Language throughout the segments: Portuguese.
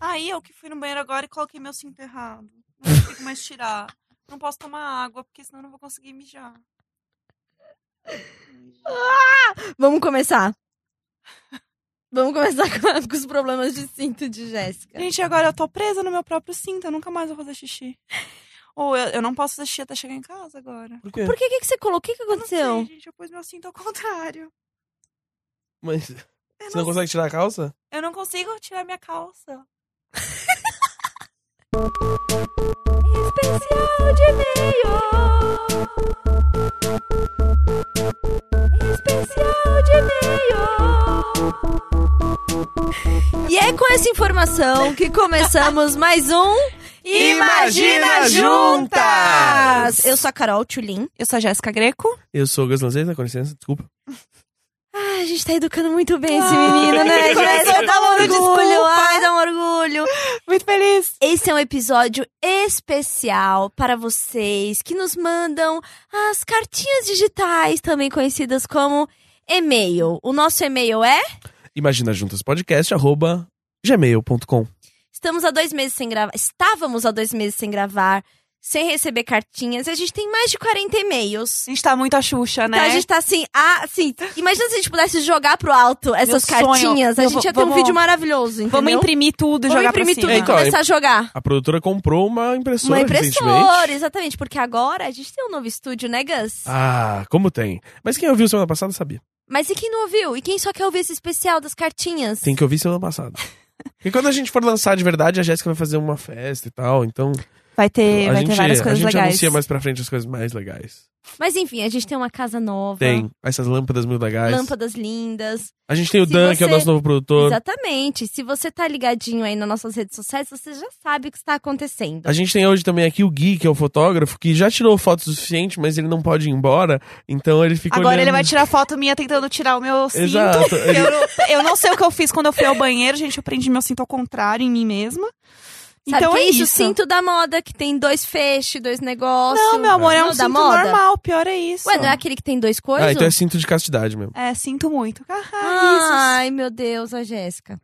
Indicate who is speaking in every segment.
Speaker 1: Aí eu que fui no banheiro agora e coloquei meu cinto errado. Não consigo mais tirar. Não posso tomar água, porque senão eu não vou conseguir mijar.
Speaker 2: Vamos começar. Vamos começar com, a- com os problemas de cinto de
Speaker 3: É
Speaker 2: Jéssica.
Speaker 1: Gente, agora eu tô presa no meu próprio cinto, eu nunca mais vou fazer xixi. Ou eu, eu não posso fazer xixi até chegar em casa agora.
Speaker 3: Por quê?
Speaker 2: Por que que que você colocou? O que que
Speaker 1: Eu não
Speaker 2: aconteceu?
Speaker 1: sei, gente, eu pus meu cinto ao contrário.
Speaker 3: Mas você
Speaker 1: Eu
Speaker 3: não consegue tirar a calça?
Speaker 1: eu não consigo tirar minha calça.
Speaker 2: Especial de e-mail. Especial de e-mail. E é com essa informação que começamos mais um
Speaker 3: Imagina Juntas!
Speaker 2: Eu sou a Carol Tulin.
Speaker 1: Eu sou a Jéssica Greco.
Speaker 3: Eu sou o Gus Lanzetta, com licença, desculpa.
Speaker 2: Ah, a gente tá educando muito bem esse
Speaker 1: Ah,
Speaker 2: menino, né,
Speaker 1: ele começou
Speaker 2: Jéssica? Dá um
Speaker 1: falando
Speaker 2: orgulho,
Speaker 1: desculpa.
Speaker 2: ai, dá um orgulho.
Speaker 1: Muito feliz.
Speaker 2: Esse é um episódio especial para vocês que nos mandam as cartinhas digitais, também conhecidas como e-mail. O nosso e-mail é?
Speaker 3: Imagina Juntas Podcast, arroba gmail.com.
Speaker 2: Estamos há dois meses sem gravar. Estávamos há dois meses sem gravar, sem receber cartinhas. E a gente tem mais de 40 e-mails.
Speaker 1: A gente tá muito a Xuxa, né?
Speaker 2: Então a gente tá assim, ah, assim, imagina se a gente pudesse jogar pro alto essas
Speaker 1: Meu sonho.
Speaker 2: cartinhas. A
Speaker 1: Eu
Speaker 2: gente
Speaker 1: vou-
Speaker 2: ia ter um
Speaker 1: vamos-
Speaker 2: vídeo maravilhoso, entendeu?
Speaker 1: Vamos imprimir tudo e
Speaker 2: Vamos
Speaker 1: jogar pra
Speaker 2: imprimir
Speaker 1: cima.
Speaker 2: tudo
Speaker 3: É,
Speaker 2: e
Speaker 3: então,
Speaker 2: começar a jogar.
Speaker 3: A produtora comprou uma impressora
Speaker 2: Uma impressora,
Speaker 3: recentemente.
Speaker 2: exatamente, porque agora a gente tem um novo estúdio, né, Gus?
Speaker 3: Ah, como tem. Mas quem ouviu semana passada sabia.
Speaker 2: Mas e quem não ouviu? E quem só quer ouvir esse especial das cartinhas?
Speaker 3: Tem que ouvir semana passada. Porque quando a gente for lançar de verdade, a Jéssica vai fazer uma festa e tal, então
Speaker 1: Vai ter,
Speaker 3: a
Speaker 1: vai
Speaker 3: gente,
Speaker 1: ter várias
Speaker 3: a
Speaker 1: coisas
Speaker 3: gente
Speaker 1: legais.
Speaker 3: anuncia mais pra frente as coisas mais legais.
Speaker 2: Mas enfim, a gente tem uma casa nova.
Speaker 3: Tem essas lâmpadas mil legais.
Speaker 2: Lâmpadas lindas.
Speaker 3: A gente tem o
Speaker 2: Se
Speaker 3: Dan, que é o
Speaker 2: você-
Speaker 3: nosso novo produtor.
Speaker 2: Exatamente. Se você tá ligadinho aí nas nossas redes sociais, você já sabe o que está acontecendo.
Speaker 3: A gente tem hoje também aqui o Gui, que é o fotógrafo, que já tirou foto o suficiente, mas ele não pode ir embora, então ele fica
Speaker 1: Agora
Speaker 3: olhando...
Speaker 1: ele vai tirar foto minha tentando tirar o meu cinto.
Speaker 3: Exato. Ele-
Speaker 1: Eu, não- eu não sei o que eu fiz quando eu fui ao banheiro, gente. Eu prendi meu cinto ao contrário em mim mesma.
Speaker 2: Sabe
Speaker 1: então
Speaker 2: que
Speaker 1: é
Speaker 2: isso?
Speaker 1: isso.
Speaker 2: O cinto da moda, que tem dois feixes, dois negócios.
Speaker 1: Não, meu amor, é um
Speaker 2: Não, da
Speaker 1: cinto
Speaker 2: moda?
Speaker 1: normal. Pior é isso.
Speaker 2: Ué, não é aquele que tem dois coisas?
Speaker 3: Ah, então é cinto de castidade mesmo.
Speaker 1: É, sinto muito. Ah, isso.
Speaker 2: Ai, meu Deus, a Jéssica.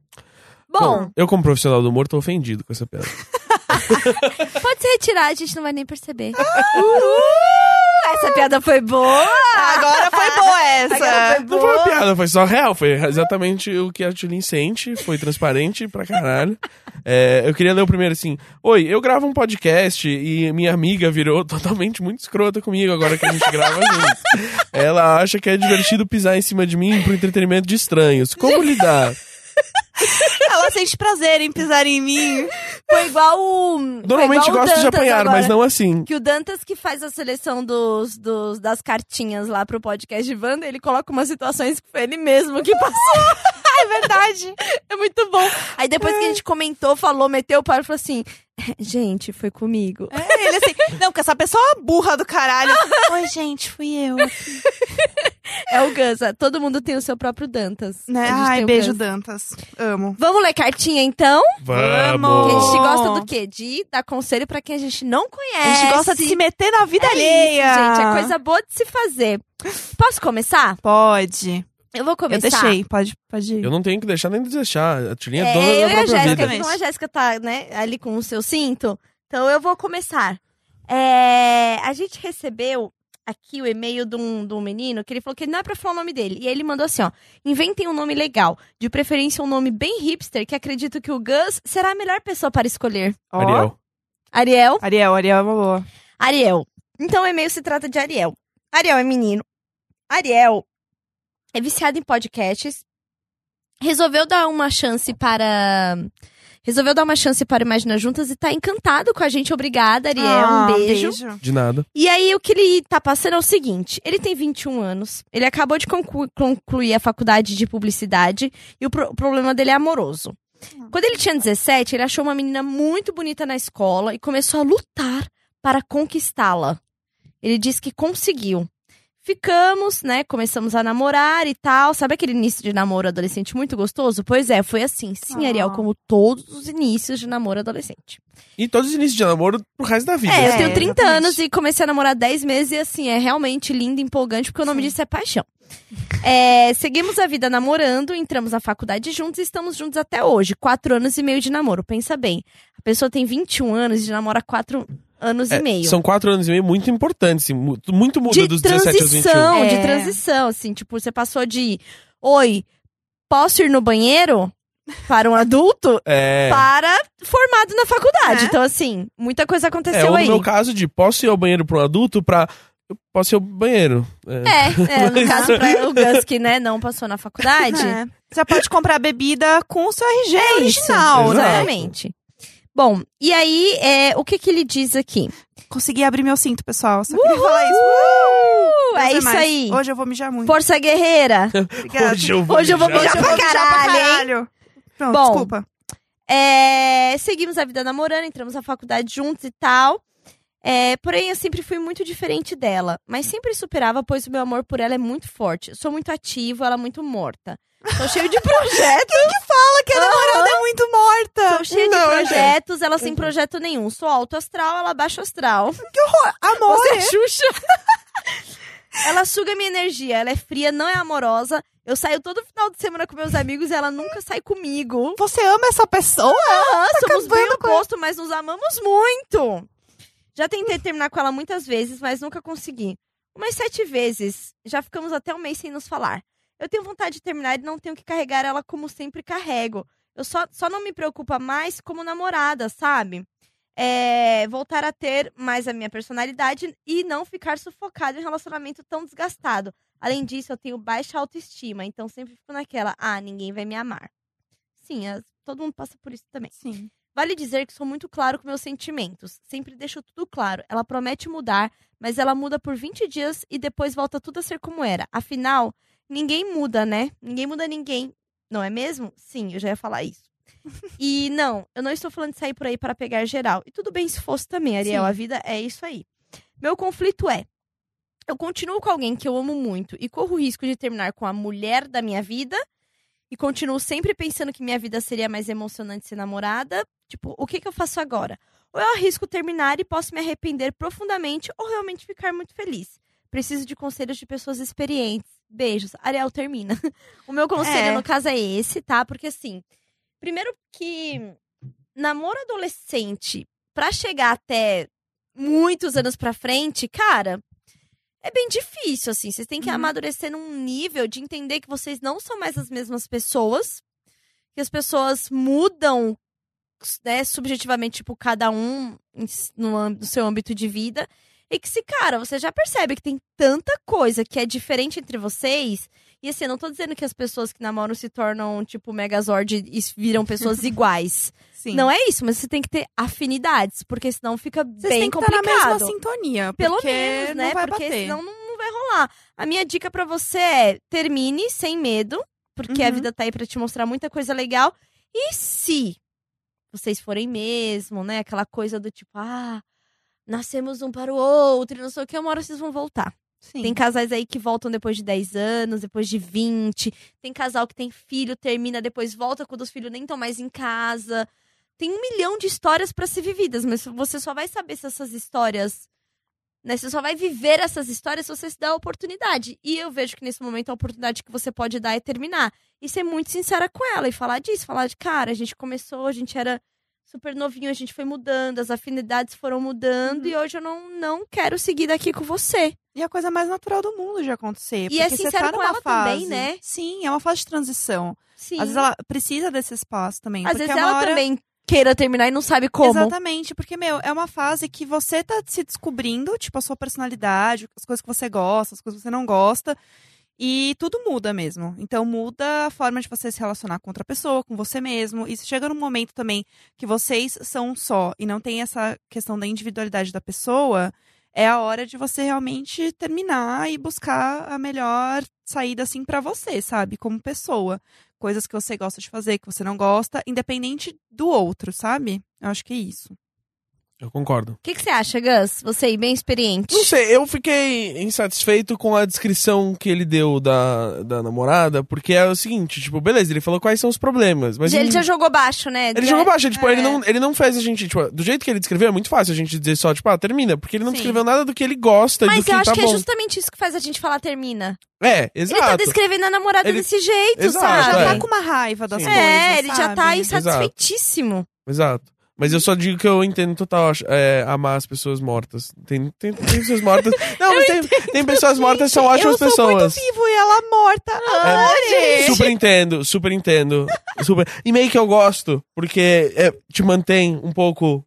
Speaker 2: Bom,
Speaker 3: eu como profissional do humor tô ofendido com essa piada.
Speaker 2: pode se retirar, a gente não vai nem perceber.
Speaker 1: Ah!
Speaker 2: Uhul! Essa piada foi boa!
Speaker 1: Agora foi boa
Speaker 2: Agora foi
Speaker 1: essa.
Speaker 3: Não foi uma piada, foi só real. Foi exatamente o que a Tulin sente. Foi transparente pra caralho. É, eu queria ler o primeiro assim. Oi, eu gravo um podcast e minha amiga virou totalmente muito escrota comigo agora que a gente grava junto. Ela acha que é divertido pisar em cima de mim pro entretenimento de estranhos. Como lidar?
Speaker 1: Ela sente prazer em pisar em mim.
Speaker 2: Foi igual o. foi
Speaker 3: Normalmente
Speaker 2: igual o
Speaker 3: gosto de
Speaker 2: Dantas
Speaker 3: apanhar,
Speaker 2: agora,
Speaker 3: mas não assim.
Speaker 2: Que o Dantas que faz a seleção dos, dos, das cartinhas lá pro podcast de Wanda, ele coloca umas situações que foi ele mesmo que passou. Ah,
Speaker 1: É verdade.
Speaker 2: é muito bom. Aí depois que a gente comentou, falou, meteu o pau e falou assim: gente, foi comigo.
Speaker 1: É, ele assim. Não, porque essa pessoa é uma burra do caralho. Oi, gente, fui eu.
Speaker 2: É o Gansa. Todo mundo tem o seu próprio Dantas.
Speaker 1: Né?
Speaker 2: A gente tem um
Speaker 1: Ai,
Speaker 2: o
Speaker 1: beijo,
Speaker 2: Gus.
Speaker 1: Dantas. Amo.
Speaker 2: Vamos ler cartinha então? Que a
Speaker 1: Vamos.
Speaker 2: gente
Speaker 1: Oh.
Speaker 2: gosta do quê? De dar conselho pra quem a gente não
Speaker 1: A
Speaker 2: conhece.
Speaker 1: gente gosta de se meter na vida
Speaker 2: É
Speaker 1: alheia.
Speaker 2: isso, gente. É coisa boa de se fazer. Posso começar?
Speaker 1: Pode.
Speaker 2: Eu vou
Speaker 1: Eu
Speaker 2: começar.
Speaker 1: deixei. Pode, pode ir.
Speaker 3: Eu não tenho que deixar nem deixar. A Tulin é,
Speaker 2: É,
Speaker 3: dona da
Speaker 2: eu e a
Speaker 3: própria
Speaker 2: Jéssica,
Speaker 3: vida.
Speaker 1: vida.
Speaker 2: então a Jéssica tá, né, ali com o seu cinto. Então eu vou começar. É, a gente recebeu aqui o e-mail de um, de um menino que ele falou que não é pra falar o nome dele. E ele mandou assim, ó. Inventem um nome legal. De preferência um nome bem hipster, que acredito que o Gus será a melhor pessoa para escolher.
Speaker 1: Ó.
Speaker 3: Ariel.
Speaker 2: Ariel?
Speaker 1: Ariel, Ariel é uma boa.
Speaker 2: Ariel. Então o e-mail se trata de Ariel. Ariel é menino. Ariel é viciado em podcasts. Resolveu dar uma chance para. Resolveu dar uma chance para Imagina Juntas e tá encantado com a gente. Obrigada, Ariel.
Speaker 1: Ah,
Speaker 2: um beijo.
Speaker 3: De nada.
Speaker 2: E aí, o que ele tá passando é o seguinte: ele tem 21 anos, ele acabou de conclu- concluir a faculdade de publicidade e o, pro- o problema dele é amoroso. Quando ele tinha 17, ele achou uma menina muito bonita na escola e começou a lutar para conquistá-la. Ele disse que conseguiu. Ficamos, né? Começamos a namorar e tal. Sabe aquele início de namoro adolescente muito gostoso? Pois é, foi assim. Sim,
Speaker 1: Ah.
Speaker 2: Ariel, como todos os inícios de namoro adolescente.
Speaker 3: E todos os inícios de namoro pro resto da vida.
Speaker 2: É, eu
Speaker 3: assim,
Speaker 2: tenho
Speaker 1: É,
Speaker 2: 30
Speaker 1: exatamente.
Speaker 2: anos e comecei a namorar 10 meses e assim, é realmente lindo, empolgante, porque o nome
Speaker 1: Sim.
Speaker 2: disso é paixão. É, seguimos a vida namorando, entramos na faculdade juntos e estamos juntos até hoje. Quatro anos e meio de namoro. Pensa bem. A pessoa tem 21 anos e namora quatro anos e
Speaker 3: É,
Speaker 2: meio.
Speaker 3: São quatro anos e meio muito importantes. assim, mu- Muito muda
Speaker 2: de
Speaker 3: dos 17 aos 21.
Speaker 2: transição,
Speaker 1: É.
Speaker 2: de transição, assim, tipo, você passou de oi, posso ir no banheiro para um adulto
Speaker 3: É.
Speaker 2: para formado na faculdade.
Speaker 1: É.
Speaker 2: Então, assim, muita
Speaker 3: É,
Speaker 2: coisa aconteceu
Speaker 3: ou no
Speaker 2: aí.
Speaker 3: meu caso de posso ir ao banheiro para um adulto pra. eu Posso ir ao banheiro. É.
Speaker 2: É, é, no
Speaker 3: Mas-
Speaker 2: caso, pra o Gus que né, não passou na faculdade. né,
Speaker 1: É. Você pode comprar bebida com o seu RG
Speaker 2: É isso,
Speaker 1: original, né?
Speaker 3: exato.
Speaker 2: Exatamente. Bom, e aí, é, o que que ele diz aqui?
Speaker 1: Consegui abrir meu cinto, pessoal. Só queria falar isso. Deus
Speaker 2: é isso
Speaker 1: mais.
Speaker 2: aí.
Speaker 1: Hoje eu vou mijar muito.
Speaker 2: Força guerreira.
Speaker 1: Obrigada.
Speaker 3: eu
Speaker 2: Hoje eu vou
Speaker 3: mijar.
Speaker 2: mijar. pra caralho, hein?
Speaker 1: Pronto,
Speaker 2: Bom.
Speaker 1: desculpa.
Speaker 2: É, seguimos a vida namorando, entramos na faculdade juntos e tal. É, porém, eu sempre fui muito diferente dela. Mas sempre superava, pois o meu amor por ela é muito forte. Eu sou muito ativo, ela é muito morta. Sou cheio de projetos.
Speaker 1: Fala que a namorada é muito morta. é
Speaker 2: Sou cheio de
Speaker 3: Não, gente.
Speaker 2: projetos, ela
Speaker 1: Uhum.
Speaker 2: sem projeto nenhum. Sou alto astral, ela baixo astral.
Speaker 1: Amor.
Speaker 2: é Xuxa? ela suga minha energia, ela é fria, não é amorosa. Eu saio todo final de semana com meus amigos e ela nunca sai comigo.
Speaker 1: Você ama essa pessoa?
Speaker 2: Aham, somos bem
Speaker 1: Tá acabando com
Speaker 2: oposto, mas nos amamos muito. Já tentei terminar com ela muitas vezes, mas nunca consegui. Umas sete vezes. Já ficamos até um mês sem nos falar. Eu tenho vontade de terminar e não tenho que carregar ela como sempre carrego. Eu só, só não me preocupa mais como namorada, sabe? É, voltar a ter mais a minha personalidade e não ficar sufocado em um relacionamento tão desgastado. Além disso, eu tenho baixa autoestima, então sempre fico naquela, ah, ninguém vai me amar. Sim, as- todo mundo passa por isso também.
Speaker 1: Sim.
Speaker 2: Vale dizer que sou muito claro com meus sentimentos. Sempre deixo tudo claro. Ela promete mudar, mas ela muda por 20 dias e depois volta tudo a ser como era. Afinal, ninguém muda, né? Ninguém muda ninguém. Não é mesmo? Sim, eu já ia falar isso. e não, eu não estou falando de sair por aí para pegar geral. E tudo bem se fosse também, Ariel.
Speaker 1: Sim.
Speaker 2: A vida é isso aí. Meu conflito é. Eu continuo com alguém que eu amo muito e corro o risco de terminar com a mulher da minha vida. E continuo sempre pensando que minha vida seria mais emocionante ser namorada. Tipo, o que, que eu faço agora? Ou eu arrisco terminar e posso me arrepender profundamente ou realmente ficar muito feliz. Preciso de conselhos de pessoas experientes. Beijos. Ariel, termina. O meu conselho,
Speaker 1: É.
Speaker 2: no caso, é esse, tá? Porque assim, primeiro que namoro adolescente, pra chegar até muitos anos pra frente, cara, é bem difícil, assim. Vocês têm que
Speaker 1: Uhum.
Speaker 2: amadurecer num nível de entender que vocês não são mais as mesmas pessoas, que as pessoas mudam, né, subjetivamente, tipo, cada um em s- no, âmb- no seu âmbito de vida. E que se, cara, você já percebe que tem tanta coisa que é diferente entre vocês. E assim, eu não tô dizendo que as pessoas que namoram se tornam, tipo, megazord e s- viram pessoas iguais.
Speaker 1: Sim.
Speaker 2: Não é isso, mas você tem que ter afinidades, porque senão fica
Speaker 1: Vocês
Speaker 2: bem
Speaker 1: têm que
Speaker 2: complicado.
Speaker 1: estar na mesma sintonia.
Speaker 2: Pelo
Speaker 1: porque
Speaker 2: menos, né?
Speaker 1: Não vai
Speaker 2: porque
Speaker 1: bater.
Speaker 2: senão não, não vai rolar. A minha dica pra você é termine sem medo, porque a
Speaker 1: Uhum.
Speaker 2: vida tá aí pra te mostrar muita coisa legal. E se vocês forem mesmo, né? Aquela coisa do tipo, ah, nascemos um para o outro, e não sei o que, uma hora vocês vão voltar.
Speaker 1: Sim.
Speaker 2: Tem casais aí que voltam depois de 10 anos, depois de 20. Tem casal que tem filho, termina, depois volta quando os filhos nem estão mais em casa. Tem um milhão de histórias pra ser vividas, mas você só vai saber se essas histórias. Né, você só vai viver essas histórias se você se der a oportunidade. E eu vejo que nesse momento a oportunidade que você pode dar é terminar. E ser muito sincera com ela e falar disso. Falar de, cara, a gente começou, a gente era super novinho, a gente foi mudando, as afinidades foram mudando
Speaker 1: Uhum.
Speaker 2: e hoje eu não, não quero seguir daqui com você.
Speaker 1: E é a coisa mais natural do mundo de acontecer.
Speaker 2: E é
Speaker 1: porque
Speaker 2: sincero
Speaker 1: você tá
Speaker 2: com
Speaker 1: numa
Speaker 2: ela
Speaker 1: fase...
Speaker 2: também, né?
Speaker 1: Sim, é uma fase de transição.
Speaker 2: Sim.
Speaker 1: Às vezes ela precisa desse espaço também.
Speaker 2: Às
Speaker 1: porque
Speaker 2: vezes
Speaker 1: é uma
Speaker 2: ela
Speaker 1: hora...
Speaker 2: também queira terminar e não sabe como.
Speaker 1: Exatamente, porque, meu, é uma fase que você tá se descobrindo, tipo, a sua personalidade, as coisas que você gosta, as coisas que você não gosta. E tudo muda mesmo. Então muda a forma de você se relacionar com outra pessoa, com você mesmo. E chega num momento também que vocês são um só e não tem essa questão da individualidade da pessoa, é a hora de você realmente terminar e buscar a melhor saída assim pra você, sabe? Como pessoa. Coisas que você gosta de fazer, que você não gosta, independente do outro, sabe? Eu acho que é isso.
Speaker 3: Eu concordo.
Speaker 2: O que, que você acha, Gus? Você aí, bem experiente.
Speaker 3: Não sei, eu fiquei insatisfeito com a descrição que ele deu da, da namorada, porque é o seguinte, tipo, beleza, ele falou quais são os problemas, mas...
Speaker 2: ele já jogou baixo, né?
Speaker 3: Ele
Speaker 2: Já-
Speaker 3: jogou baixo, tipo,
Speaker 2: É.
Speaker 3: ele, não, ele não fez a gente, tipo, do jeito que ele descreveu, é muito fácil a gente dizer só, tipo, ah, termina, porque ele não
Speaker 1: Sim.
Speaker 3: descreveu nada do que ele gosta e do
Speaker 2: Mas
Speaker 3: que
Speaker 2: eu acho
Speaker 3: tá
Speaker 2: que é
Speaker 3: bom.
Speaker 2: justamente isso que faz a gente falar termina.
Speaker 3: É,
Speaker 2: Ele tá
Speaker 3: exato.
Speaker 2: descrevendo a namorada
Speaker 3: Ele-
Speaker 2: desse jeito,
Speaker 3: Exato,
Speaker 1: já
Speaker 2: sabe?
Speaker 3: é.
Speaker 1: tá com uma raiva das
Speaker 3: Sim.
Speaker 1: coisas.
Speaker 2: É, ele já tá
Speaker 1: sabe?
Speaker 2: insatisfeitíssimo.
Speaker 3: Exato. Mas eu só digo que eu entendo total acho- é, amar as pessoas mortas. Tem, tem, tem pessoas mortas. Não, mas tem, tem pessoas mortas que são ótimas
Speaker 1: eu sou muito
Speaker 3: pessoas.
Speaker 1: vivo e ela morta.
Speaker 3: É, super entendo, super entendo. Super... E meio que eu gosto, porque é, te mantém um pouco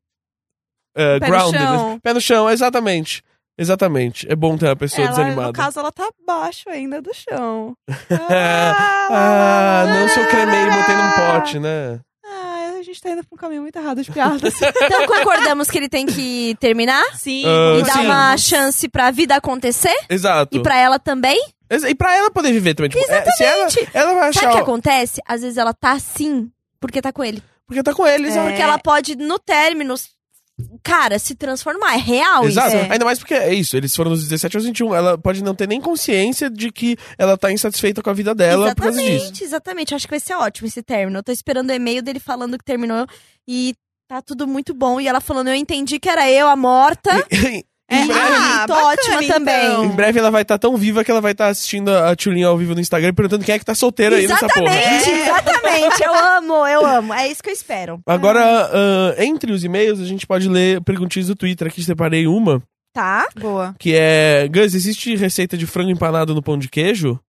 Speaker 3: é,
Speaker 1: Pé no
Speaker 3: grounded.
Speaker 1: chão.
Speaker 3: Pé no chão, exatamente. Exatamente. É bom ter uma pessoa
Speaker 1: ela,
Speaker 3: desanimada.
Speaker 1: no caso, ela tá abaixo ainda do chão.
Speaker 3: Ah,
Speaker 1: ah,
Speaker 3: não se eu cremei e botei num pote, né?
Speaker 1: Ah, a gente tá indo pra um caminho muito errado de piadas.
Speaker 2: Então concordamos que ele tem que terminar
Speaker 1: Sim.
Speaker 3: Ah,
Speaker 2: e
Speaker 3: Eu
Speaker 2: dar
Speaker 3: sim.
Speaker 1: É.
Speaker 2: uma chance pra vida acontecer
Speaker 3: Exato.
Speaker 2: e pra ela também.
Speaker 3: Ex- E pra ela poder viver também. Tipo, é, se ela,
Speaker 2: Exatamente.
Speaker 3: ela vai
Speaker 2: Sabe o que
Speaker 3: achar. ó,
Speaker 2: acontece? Às vezes ela tá assim porque tá com ele.
Speaker 3: Porque tá com eles,
Speaker 1: É.
Speaker 2: Porque ela pode, no término, cara, se transformar. É real
Speaker 3: Exato.
Speaker 2: isso.
Speaker 1: É.
Speaker 3: Ainda mais porque é isso, eles foram dos 17 aos 21. Ela pode não ter nem consciência de que ela tá insatisfeita com a vida dela por causa disso.
Speaker 2: exatamente, exatamente. Acho que vai ser ótimo esse término. Eu tô esperando o e-mail dele falando que terminou e tá tudo muito bom. E ela falando, eu entendi que era eu, a morta.
Speaker 1: É,
Speaker 2: E
Speaker 1: ah,
Speaker 2: eu tô
Speaker 1: bacana,
Speaker 2: ótima também.
Speaker 1: então.
Speaker 3: Em breve ela vai estar tão viva que ela vai estar assistindo a Tulinha ao vivo no Instagram e perguntando quem é que tá solteira aí nessa porra.
Speaker 2: Exatamente,
Speaker 1: porra.
Speaker 2: exatamente. Eu amo, eu amo. É isso que eu espero.
Speaker 3: Agora, ah, entre os e-mails, a gente pode ler perguntinhas do Twitter. Aqui separei uma,
Speaker 2: Tá?
Speaker 1: Boa.
Speaker 3: que é... Gus, existe receita de frango empanado no pão de queijo?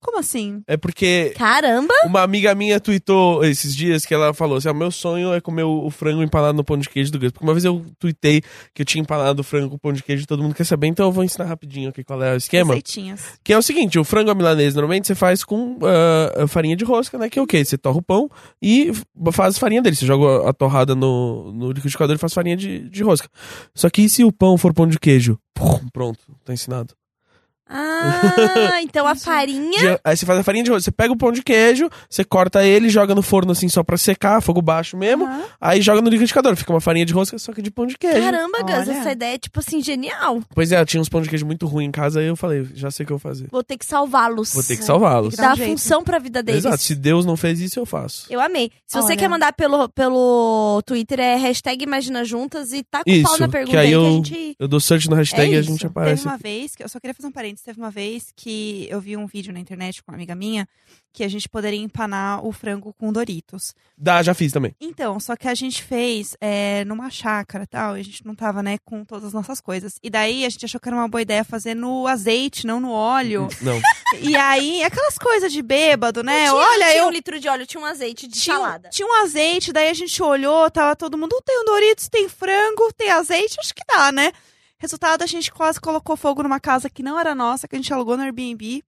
Speaker 1: Como assim?
Speaker 3: É porque
Speaker 2: Caramba!
Speaker 3: uma amiga minha tweetou esses dias que ela falou assim, ah, meu sonho é comer o o frango empanado no pão de queijo do Gus. Porque uma vez eu tuitei que eu tinha empanado o frango com pão de queijo e todo mundo quer saber, então eu vou ensinar rapidinho aqui qual é o esquema.
Speaker 1: Receitinhas.
Speaker 3: Que é o seguinte, o frango à milanesa normalmente você faz com ah, farinha de rosca, né? Que é o quê? Você torra o pão e f- faz farinha dele. Você joga a- a torrada no, no liquidificador e faz farinha de, de rosca. Só que e se o pão for pão de queijo? Pum, Pronto, tá ensinado.
Speaker 2: Ah, então a farinha.
Speaker 3: De- aí você faz a farinha de rosca, você pega o pão de queijo, você corta ele, joga no forno assim só pra secar, fogo baixo mesmo.
Speaker 1: Ah,
Speaker 3: Aí joga no liquidificador, fica uma farinha de rosca só que de pão de queijo.
Speaker 2: Caramba, Gus,
Speaker 1: Olha.
Speaker 2: essa ideia é tipo assim, genial.
Speaker 3: Pois é, tinha uns pão de queijo muito ruim em casa, aí eu falei, já sei o que eu vou fazer.
Speaker 2: Vou ter que salvá-los.
Speaker 3: Vou ter que
Speaker 1: Sim.
Speaker 3: salvá-los.
Speaker 1: Tem que
Speaker 2: Dar
Speaker 1: Dá um jeito.
Speaker 2: função pra vida um deles.
Speaker 3: Exato, se Deus não fez isso, eu faço.
Speaker 2: Eu amei. Se você
Speaker 1: Olha.
Speaker 2: quer mandar pelo, pelo Twitter, é hashtag Imagina Juntas e taca o pau
Speaker 3: Isso,
Speaker 2: na pergunta
Speaker 3: que aí eu-
Speaker 2: a gente.
Speaker 3: Eu dou search na hashtag
Speaker 2: É
Speaker 3: e a
Speaker 2: isso.
Speaker 3: gente
Speaker 1: Teve
Speaker 3: aparece.
Speaker 1: uma vez, que eu só queria fazer um parênteses, teve uma vez que eu vi um vídeo na internet com uma amiga minha que a gente poderia empanar o frango com Doritos.
Speaker 3: Dá, já fiz também.
Speaker 1: Então, só que a gente fez é, numa chácara e tal, e a gente não tava, né, com todas as nossas coisas. E daí a gente achou que era uma boa ideia fazer no azeite, não no óleo.
Speaker 3: Não.
Speaker 1: E aí, aquelas coisas de bêbado, né?
Speaker 2: Tinha-
Speaker 1: Olha,
Speaker 2: tinha
Speaker 1: eu
Speaker 2: um litro de óleo, tinha um azeite de
Speaker 1: tinha, um-
Speaker 2: salada.
Speaker 1: tinha um azeite, daí a gente olhou, tava todo mundo, tem um Doritos, tem frango, tem azeite, acho que dá, né? Resultado, a gente quase colocou fogo numa casa que não era nossa, que a gente alugou no Airbnb.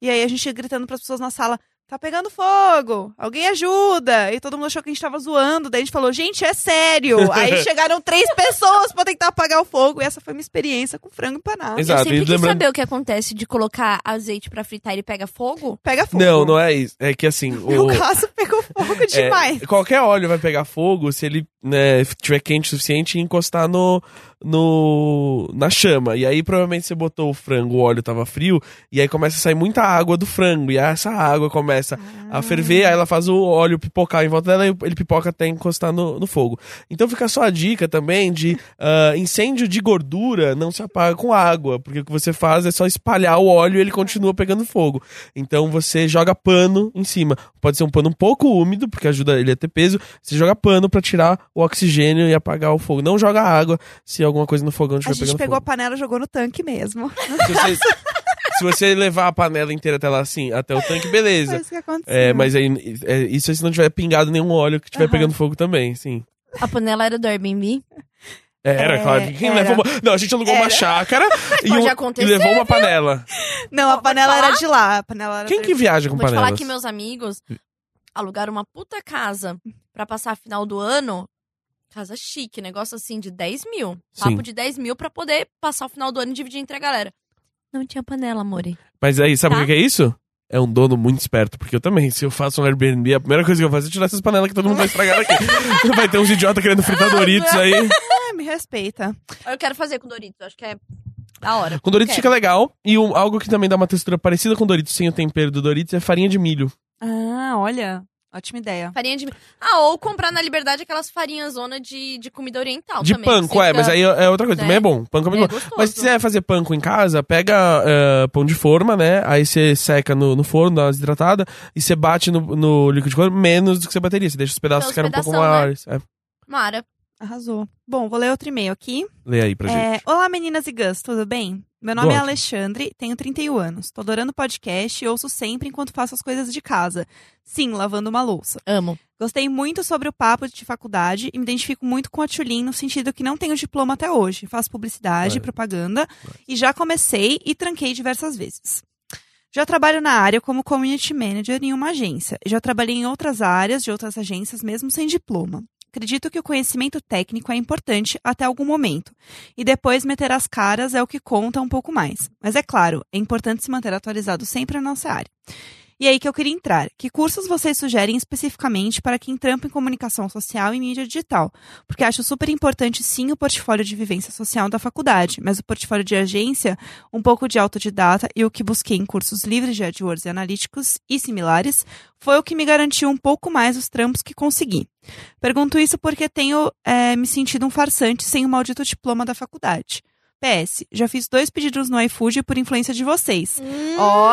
Speaker 1: E aí a gente ia gritando pras pessoas na sala, tá pegando fogo, alguém ajuda. E todo mundo achou que a gente tava zoando, daí a gente falou, gente, é sério. aí chegaram três pessoas pra tentar apagar o fogo, e essa foi minha experiência com frango empanado.
Speaker 3: Exato,
Speaker 2: eu sempre
Speaker 3: e
Speaker 2: quis
Speaker 3: lembrando-
Speaker 2: saber o que acontece de colocar azeite pra fritar e pega fogo.
Speaker 1: Pega fogo.
Speaker 3: não, não é isso. É que assim.
Speaker 1: No
Speaker 3: O...
Speaker 1: caso, pegou fogo
Speaker 3: é,
Speaker 1: demais.
Speaker 3: qualquer óleo vai pegar fogo se ele né, tiver quente o suficiente e encostar no, no na chama. E aí provavelmente você botou o frango, o óleo tava frio, e aí começa a sair muita água do frango. E essa água começa a ferver, aí ela faz o óleo pipocar em volta dela e ele pipoca até encostar no, no fogo. Então fica só a dica também de ah, incêndio de gordura não se apaga com água, porque o que você faz é só espalhar o óleo e ele continua pegando fogo. Então você joga pano em cima. Pode ser um pano um pouco úmido, porque ajuda ele a ter peso. Você joga pano pra tirar o oxigênio e apagar o fogo. Não joga água se alguma coisa no fogão
Speaker 1: A
Speaker 3: estiver
Speaker 1: gente
Speaker 3: pegando
Speaker 1: pegou a
Speaker 3: fogo.
Speaker 1: panela e jogou no tanque mesmo.
Speaker 3: Se você, se você levar a panela inteira até lá assim, até o tanque, beleza.
Speaker 1: Foi isso que aconteceu.
Speaker 3: É, mas aí, é, isso é se não tiver pingado nenhum óleo que tiver
Speaker 1: Aham.
Speaker 3: pegando fogo também, sim.
Speaker 2: A panela era do Airbnb.
Speaker 3: É, Era,
Speaker 1: É,
Speaker 3: claro. Quem
Speaker 1: era.
Speaker 3: levou uma... Não, a gente alugou uma
Speaker 1: Era.
Speaker 3: chácara e,
Speaker 2: Pode
Speaker 3: um- e
Speaker 2: acontecer,
Speaker 3: levou uma panela.
Speaker 1: Não, a
Speaker 2: Pode
Speaker 1: panela
Speaker 2: falar?
Speaker 1: era de lá. A panela era
Speaker 3: Quem
Speaker 1: da-
Speaker 3: que viaja com
Speaker 2: Vou te
Speaker 3: panelas?
Speaker 2: falar que meus amigos alugaram uma puta casa pra passar a final do ano. Casa chique, negócio assim de 10 mil. Papo
Speaker 3: Sim.
Speaker 2: de 10 mil pra poder passar o final do ano e dividir entre a galera. Não tinha panela, amore.
Speaker 3: Mas aí, sabe o
Speaker 2: Tá.
Speaker 3: que que é isso? É um dono muito esperto, porque eu também, se eu faço um Airbnb, a tá
Speaker 2: Ah,
Speaker 3: primeira coisa que eu faço é tirar essas panelas que todo mundo vai estragar aqui. vai ter uns idiotas querendo fritar Doritos aí.
Speaker 1: Ah, me respeita.
Speaker 2: Eu quero fazer com Doritos, acho que é da hora.
Speaker 3: Com Doritos
Speaker 2: Quero.
Speaker 3: fica legal. E um- algo que também dá uma textura parecida com Doritos, sem o tempero do Doritos, é farinha de milho.
Speaker 1: Ah, olha. Ótima ideia.
Speaker 2: Farinha de milho. Ah, ou comprar na liberdade aquelas farinhas zona de, de comida oriental
Speaker 3: de
Speaker 2: também. que
Speaker 3: panko,
Speaker 2: você
Speaker 3: é,
Speaker 2: fica-
Speaker 3: mas aí é outra coisa.
Speaker 2: né?
Speaker 3: Também é bom. Panko é muito
Speaker 2: É
Speaker 3: bom.
Speaker 2: gostoso.
Speaker 3: Mas se quiser fazer panko em casa, pega eh, pão de forma, né? Aí você seca no, no forno, dá uma desidratada, e você bate no, no liquidificador menos do que você bateria. Você deixa os pedaços
Speaker 2: Então, os
Speaker 3: ficarem um pouco
Speaker 2: pedação, né?
Speaker 3: maiores. É.
Speaker 2: Mara.
Speaker 1: Arrasou. Bom, vou ler outro e-mail aqui.
Speaker 3: Lê aí pra
Speaker 1: É,
Speaker 3: gente.
Speaker 1: Olá, meninas e Gus, tudo bem? Meu nome é
Speaker 3: Ótimo.
Speaker 1: Alexandre, tenho 31 anos. Tô adorando podcast e ouço sempre enquanto faço as coisas de casa. Sim, lavando uma louça.
Speaker 2: Amo.
Speaker 1: Gostei muito sobre o papo de faculdade e me identifico muito com a Tulin no sentido que não tenho diploma até hoje. Faço publicidade,
Speaker 3: Olha.
Speaker 1: propaganda e já comecei e tranquei diversas vezes. Já trabalho na área como community manager em uma agência. Já trabalhei em outras áreas de outras agências mesmo sem diploma. Acredito que o conhecimento técnico é importante até algum momento. E depois meter as caras é o que conta um pouco mais. Mas é claro, é importante se manter atualizado sempre na nossa área. E é aí que eu queria entrar. Que cursos vocês sugerem especificamente para quem trampa em comunicação social e mídia digital? Porque acho super importante sim o portfólio de vivência social da faculdade, mas o portfólio de agência, um pouco de autodidata e o que busquei em cursos livres de AdWords e analíticos e similares, foi o que me garantiu um pouco mais os trampos que consegui. Pergunto isso porque tenho eh, me sentido um farsante sem o maldito diploma da faculdade. PS, já fiz dois pedidos no iFood por influência de vocês. Ó,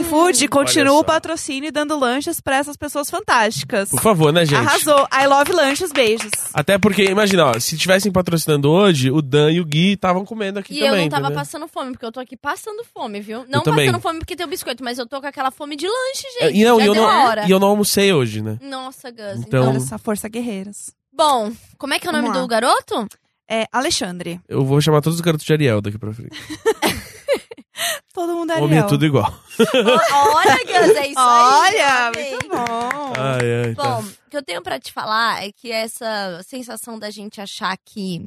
Speaker 1: iFood continua o
Speaker 3: Olha só.
Speaker 1: patrocínio e dando lanches pra essas pessoas fantásticas.
Speaker 3: Por favor, né, gente?
Speaker 1: Arrasou. I love lanches, beijos.
Speaker 3: Até porque, imagina, ó, se tivessem patrocinando hoje, o Dan e o Gui estavam comendo aqui
Speaker 2: E
Speaker 3: também.
Speaker 2: eu não tava
Speaker 3: entendeu?
Speaker 2: passando fome, porque eu tô aqui passando fome, viu? Não
Speaker 3: também.
Speaker 2: passando fome porque tem o biscoito, mas eu tô com aquela fome de lanche,
Speaker 3: É,
Speaker 2: gente.
Speaker 3: e, não,
Speaker 2: já
Speaker 3: e eu
Speaker 2: deu a
Speaker 3: não,
Speaker 2: hora.
Speaker 3: e eu não almocei hoje, né?
Speaker 2: Nossa, Gus.
Speaker 3: Então-
Speaker 2: Então...
Speaker 1: Olha só, força guerreiras.
Speaker 2: Bom, como é que é o
Speaker 1: Vamos
Speaker 2: nome
Speaker 1: lá.
Speaker 2: do garoto?
Speaker 1: É, Alexandre.
Speaker 3: Eu vou chamar todos os garotos de Ariel daqui pra frente.
Speaker 1: Todo mundo é
Speaker 3: Homem é
Speaker 1: Ariel.
Speaker 3: tudo igual.
Speaker 2: Olha, Gus, é isso
Speaker 1: Olha,
Speaker 2: aí.
Speaker 1: muito bom.
Speaker 3: Ai, ai, tá.
Speaker 2: Bom, o que eu tenho pra te falar é que essa sensação da gente achar que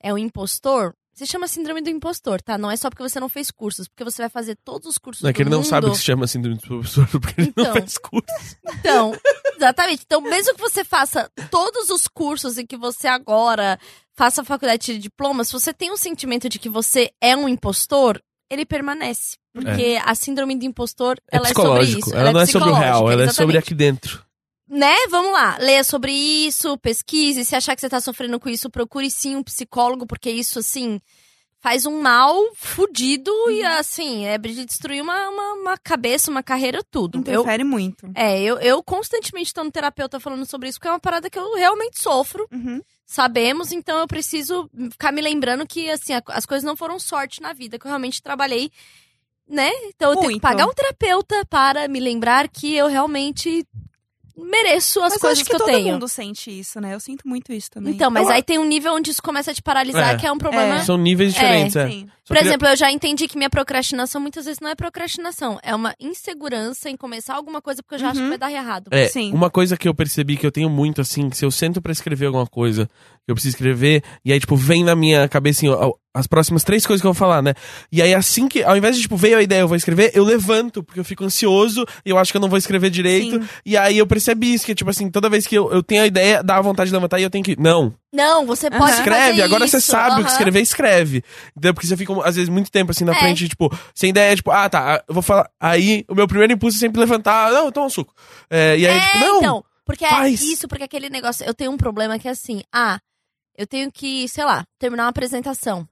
Speaker 2: é um impostor se chama síndrome do impostor, tá? Não é só porque você não fez cursos, porque você vai fazer todos os cursos
Speaker 3: Não, é
Speaker 2: do
Speaker 3: que ele não
Speaker 2: mundo.
Speaker 3: sabe que se chama assim do professor, porque ele não
Speaker 2: Então.
Speaker 3: faz curso.
Speaker 2: Então, exatamente. Então, mesmo que você faça todos os cursos e que você agora faça a faculdade de diploma, se você tem um sentimento de que você é um impostor, ele permanece. Porque a síndrome do impostor, ela é, sobre isso.
Speaker 3: É. Ela, não é sobre o real,
Speaker 2: psicológica,
Speaker 3: ela é sobre
Speaker 2: exatamente.
Speaker 3: aqui dentro.
Speaker 2: né? Vamos lá, leia sobre isso, pesquise. Se achar que você tá sofrendo com isso, procure sim um psicólogo, porque isso, assim, faz um mal fudido e,
Speaker 3: Uhum.
Speaker 2: assim, é de destruir uma, uma, uma cabeça, uma carreira, tudo.
Speaker 3: Então,
Speaker 2: Eu,
Speaker 1: Interfere muito.
Speaker 2: é, eu, eu constantemente tô no terapeuta falando sobre isso, porque é uma parada que eu realmente sofro,
Speaker 1: Uhum.
Speaker 2: sabemos, então eu preciso ficar me lembrando que, assim, a- as coisas não foram sorte na vida, que eu realmente trabalhei. Né? Então eu tenho que
Speaker 1: Muito.
Speaker 2: pagar um terapeuta para me lembrar que eu realmente mereço as
Speaker 1: mas eu
Speaker 2: coisas
Speaker 1: acho que,
Speaker 2: eu
Speaker 1: todo
Speaker 2: tenho.
Speaker 1: mundo sente isso, né? Eu sinto muito isso também.
Speaker 2: Então, mas
Speaker 3: Eu-
Speaker 2: aí tem um nível onde isso começa a te paralisar,
Speaker 3: É.
Speaker 2: que é um problema.
Speaker 1: É.
Speaker 3: São níveis diferentes, é.
Speaker 1: Sim.
Speaker 3: Só
Speaker 2: Por
Speaker 3: queria-
Speaker 2: exemplo, eu já entendi que minha procrastinação muitas vezes não é procrastinação, é uma insegurança em começar alguma coisa porque eu já acho que
Speaker 1: Uhum.
Speaker 2: vai dar errado.
Speaker 3: É,
Speaker 1: Sim.
Speaker 3: uma coisa que eu percebi que eu tenho muito, assim, que se eu sento pra escrever alguma coisa que eu preciso escrever, e aí, tipo, vem na minha cabeça, assim, ó, as próximas três coisas que eu vou falar, né? E aí, assim que, ao invés de, tipo, veio a ideia, eu vou escrever, eu levanto, porque eu fico ansioso, e eu acho que eu não vou escrever direito.
Speaker 1: Sim.
Speaker 3: E aí, eu percebi isso, que, tipo, assim, toda vez que eu, eu tenho a ideia, dá a vontade de levantar, e eu tenho que, não,
Speaker 2: Não, você
Speaker 1: Aham.
Speaker 2: pode
Speaker 3: Escreve,
Speaker 2: fazer
Speaker 3: agora
Speaker 2: isso.
Speaker 3: você sabe o que
Speaker 2: aham.
Speaker 3: escrever, escreve. Entendeu? Porque você fica, às vezes, muito tempo assim na
Speaker 2: É.
Speaker 3: frente, tipo, sem ideia, tipo, ah, tá, eu vou falar. Aí, o meu primeiro impulso é sempre levantar, não, toma um suco. É, e aí,
Speaker 2: É,
Speaker 3: tipo, não.
Speaker 2: então, porque é
Speaker 3: faz.
Speaker 2: isso, porque aquele negócio, eu tenho um problema que é assim, ah, eu tenho que, sei lá, terminar uma apresentação.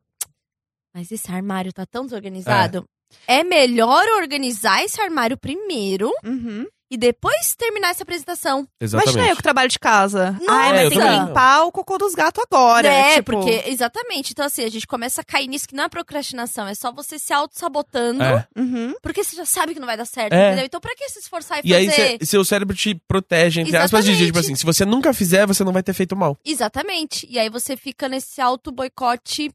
Speaker 2: Mas esse armário tá tão desorganizado. é melhor organizar esse armário primeiro
Speaker 1: Uhum.
Speaker 2: e depois terminar essa apresentação.
Speaker 3: Exatamente.
Speaker 1: Imagina eu que trabalho de casa. Ai,
Speaker 3: É,
Speaker 1: mas
Speaker 3: eu
Speaker 1: tem que
Speaker 3: também.
Speaker 1: limpar o cocô dos gatos agora.
Speaker 2: então. É,
Speaker 1: tipo,
Speaker 2: porque, exatamente. Então, assim, a gente começa a cair nisso que não é procrastinação, é só você se auto-sabotando,
Speaker 3: É.
Speaker 1: Uhum.
Speaker 2: porque você já sabe que não vai dar certo,
Speaker 3: É.
Speaker 2: entendeu? Então, pra que se esforçar e,
Speaker 3: E aí,
Speaker 2: fazer?
Speaker 3: cê, seu cérebro te protege, entre aspas, de
Speaker 2: Exatamente.
Speaker 3: tipo assim, se você nunca fizer, você não vai ter feito mal.
Speaker 2: Exatamente. E aí você fica nesse auto-boicote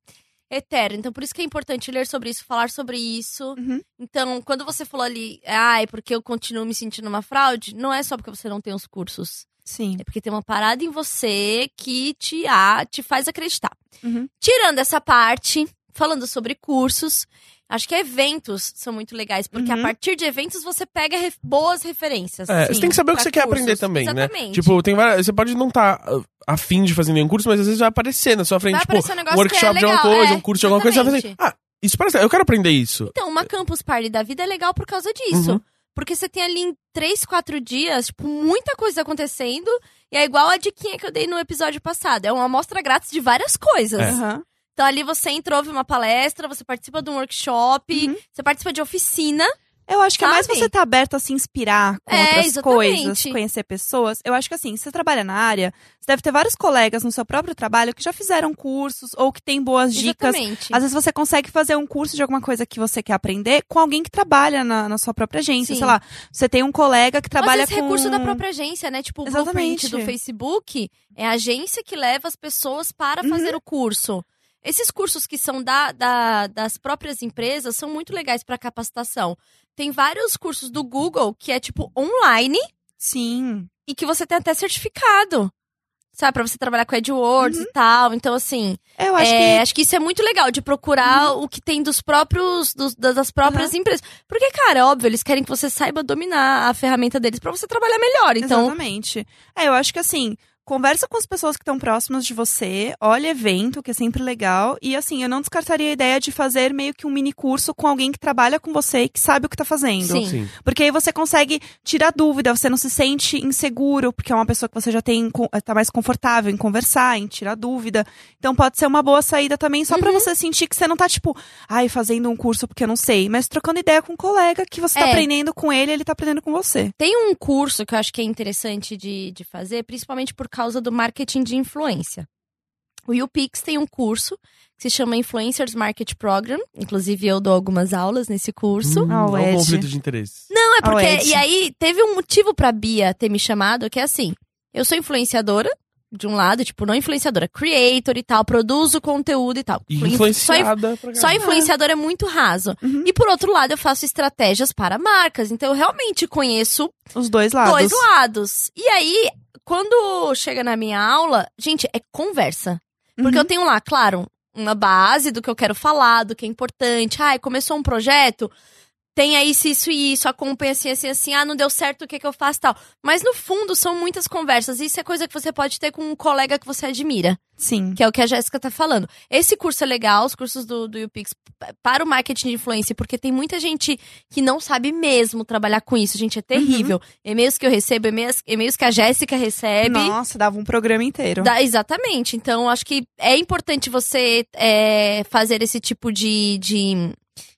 Speaker 2: eterno. Então, por isso que é importante ler sobre isso, falar sobre isso.
Speaker 1: Uhum.
Speaker 2: Então, quando você falou ali, ai, porque eu continuo me sentindo uma fraude, não é só porque você não tem os cursos.
Speaker 1: Sim.
Speaker 2: É porque tem uma parada em você que te, a, te faz acreditar.
Speaker 1: Uhum.
Speaker 2: Tirando essa parte, falando sobre cursos, Acho que eventos são muito legais, porque
Speaker 1: Uhum.
Speaker 2: a partir de eventos você pega ref- boas referências.
Speaker 3: É, você
Speaker 2: sim,
Speaker 3: tem que saber o que
Speaker 2: pra
Speaker 3: você quer
Speaker 2: cursos.
Speaker 3: aprender também,
Speaker 2: Exatamente.
Speaker 3: né? Tipo, tem várias, você pode não estar afim de fazer nenhum curso, mas às vezes vai aparecer na sua frente,
Speaker 2: Vai
Speaker 3: tipo,
Speaker 2: aparecer um
Speaker 3: um
Speaker 2: negócio que é
Speaker 3: workshop de
Speaker 2: legal.
Speaker 3: alguma coisa,
Speaker 2: é,
Speaker 3: um curso de alguma coisa, você vai
Speaker 2: exatamente.
Speaker 3: fazer, ah, isso parece, eu quero aprender isso.
Speaker 2: Então, uma campus party da vida é legal por causa disso.
Speaker 3: Uhum.
Speaker 2: Porque você tem ali em três, quatro dias, tipo, muita coisa acontecendo. E é igual a diquinha que eu dei no episódio passado. É uma amostra grátis de várias coisas.
Speaker 3: É.
Speaker 1: Aham.
Speaker 2: Então ali você entra, ouve uma palestra, você participa de um workshop,
Speaker 1: Uhum.
Speaker 2: você participa de oficina.
Speaker 1: Eu acho que é mais
Speaker 2: Sabe?
Speaker 1: você tá aberto a se inspirar com
Speaker 2: É,
Speaker 1: outras
Speaker 2: exatamente.
Speaker 1: coisas, conhecer pessoas. Eu acho que assim, se você trabalha na área, você deve ter vários colegas no seu próprio trabalho que já fizeram cursos ou que têm boas dicas.
Speaker 2: Exatamente.
Speaker 1: Às vezes você consegue fazer um curso de alguma coisa que você quer aprender com alguém que trabalha na, na sua própria agência.
Speaker 2: Sim.
Speaker 1: Sei lá, você tem um colega que trabalha
Speaker 2: Mas esse
Speaker 1: com...
Speaker 2: recurso da própria agência, né? Tipo, o
Speaker 1: Exatamente.
Speaker 2: blueprint do Facebook é a agência que leva as pessoas para
Speaker 1: Uhum.
Speaker 2: fazer o curso. Esses cursos que são da, da- das próprias empresas são muito legais para capacitação. Tem vários cursos do Google que é tipo online
Speaker 1: Sim.
Speaker 2: e que você tem até certificado. Sabe, pra você trabalhar com AdWords
Speaker 1: Uhum.
Speaker 2: e tal. Então, assim,
Speaker 1: Eu acho
Speaker 2: É,
Speaker 1: que... Uhum.
Speaker 2: acho que isso é muito legal, de procurar o que tem dos próprios, dos- das das próprias empresas. Porque, cara, é óbvio, eles querem que você saiba dominar a ferramenta deles pra você trabalhar melhor. Então,
Speaker 1: Exatamente. É, eu acho que assim, conversa com as pessoas que estão próximas de você, olha evento, que é sempre legal. E assim, eu não descartaria a ideia de fazer meio que um mini curso com alguém que trabalha com você e que sabe o que tá
Speaker 3: Então,
Speaker 1: fazendo.
Speaker 2: Sim.
Speaker 3: assim,
Speaker 1: Porque aí você consegue tirar dúvida, você não se sente inseguro, porque é uma pessoa que você já tem, co- tá mais confortável em conversar, em tirar dúvida. Então pode ser uma boa saída também, só
Speaker 2: Uhum.
Speaker 1: pra você sentir que você não tá, tipo, ai, fazendo um curso porque eu não sei, mas trocando ideia com um colega que você tá
Speaker 2: É.
Speaker 1: aprendendo com ele, ele tá aprendendo com você.
Speaker 2: tem um curso que eu acho que é interessante de, de fazer, principalmente por causa do marketing de influência. O YouPix tem um curso que se chama Influencers Market Program. Inclusive, eu dou algumas aulas nesse curso.
Speaker 3: Hum,
Speaker 1: Ah, o
Speaker 3: é um
Speaker 1: Ed.
Speaker 3: conflito de interesses.
Speaker 2: Não, é
Speaker 1: Ah,
Speaker 2: porque.
Speaker 1: Ed.
Speaker 2: E aí, teve um motivo pra Bia ter me chamado, que é assim: eu sou influenciadora, de um lado, tipo, não influenciadora, creator e tal, produzo conteúdo e tal.
Speaker 3: E
Speaker 2: Influ- Só,
Speaker 3: influenciada pra
Speaker 2: inf- só
Speaker 3: caralho.
Speaker 2: influenciadora é muito raso.
Speaker 1: Uhum.
Speaker 2: E por outro lado, eu faço estratégias para marcas. Então, eu realmente conheço
Speaker 1: Os dois lados.
Speaker 2: dois lados. E aí, quando chega na minha aula, gente, é conversa. Porque
Speaker 1: Uhum.
Speaker 2: eu tenho lá, claro, uma base do que eu quero falar, do que é importante. Ai, começou um projeto, tem aí isso, isso e isso, acompanha assim, assim, assim. Ah, não deu certo, o que, que eu faço e tal. Mas no fundo, são muitas conversas. Isso é coisa que você pode ter com um colega que você admira.
Speaker 1: Sim.
Speaker 2: Que é o que a Jéssica tá falando. Esse curso é legal, os cursos do, do YouPix p- para o marketing de influência, porque tem muita gente que não sabe mesmo trabalhar com isso, gente. É terrível. E-mails que eu recebo, e-mails, e-mails que a Jéssica recebe.
Speaker 1: Nossa, dava um programa inteiro.
Speaker 2: Dá- exatamente. Então, acho que é importante você é, fazer esse tipo de, de,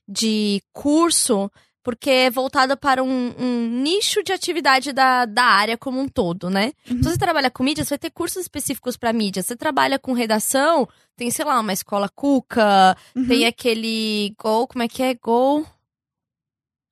Speaker 2: de curso, porque é voltado para um, um nicho de atividade da, da área como um todo, né?
Speaker 1: Uhum.
Speaker 2: Se você trabalha com mídia, você vai ter cursos específicos para mídia. Se você trabalha com redação, tem, sei lá, uma escola cuca,
Speaker 1: Uhum.
Speaker 2: tem aquele Gol, como é que é? Gol.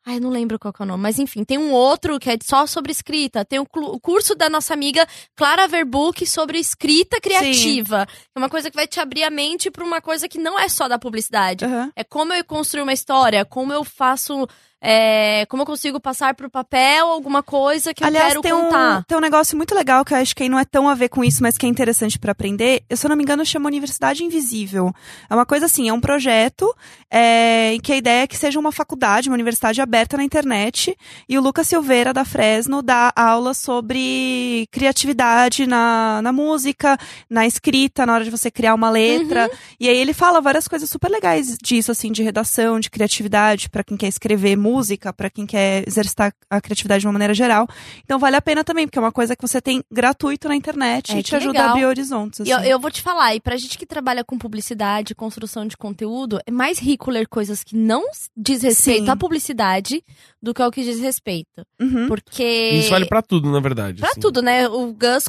Speaker 2: Ai, não lembro qual que é o nome, mas enfim, tem um outro que é só sobre escrita. Tem o, clu- o curso da nossa amiga Clara Verbuck sobre escrita criativa. É uma coisa que vai te abrir a mente para uma coisa que não é só da publicidade.
Speaker 1: Aham.
Speaker 2: É como eu construo uma história, como eu faço. é, como eu consigo passar pro papel alguma coisa que
Speaker 1: Aliás,
Speaker 2: eu quero
Speaker 1: tem um,
Speaker 2: contar.
Speaker 1: tem um negócio muito legal que eu acho que aí não é tão a ver com isso, mas que é interessante pra aprender. Eu, se eu não me engano, chama Universidade Invisível. É uma coisa assim, é um projeto é, em que a ideia é que seja uma faculdade, uma universidade aberta na internet. E o Lucas Silveira, da Fresno, dá aula sobre criatividade na, na música, na escrita, na hora de você criar uma letra.
Speaker 2: Uhum.
Speaker 1: E aí ele fala várias coisas super legais disso, assim, de redação, de criatividade, pra quem quer escrever música, pra quem quer exercitar a criatividade de uma maneira geral. Então vale a pena também, porque é uma coisa que você tem gratuito na internet
Speaker 2: É,
Speaker 1: e
Speaker 2: que
Speaker 1: te ajuda a
Speaker 2: legal.
Speaker 1: abrir
Speaker 3: Tá
Speaker 1: horizontes.
Speaker 2: E Eu,
Speaker 1: assim.
Speaker 2: eu vou te falar, e pra gente que trabalha com publicidade, construção de conteúdo, é mais rico ler coisas que não s- diz respeito
Speaker 1: Sim.
Speaker 2: à publicidade do que ao que diz respeito.
Speaker 1: Uhum.
Speaker 2: Porque.
Speaker 3: Hum? Isso vale pra tudo, na verdade.
Speaker 2: pra
Speaker 3: assim.
Speaker 2: tudo, né? O Gus,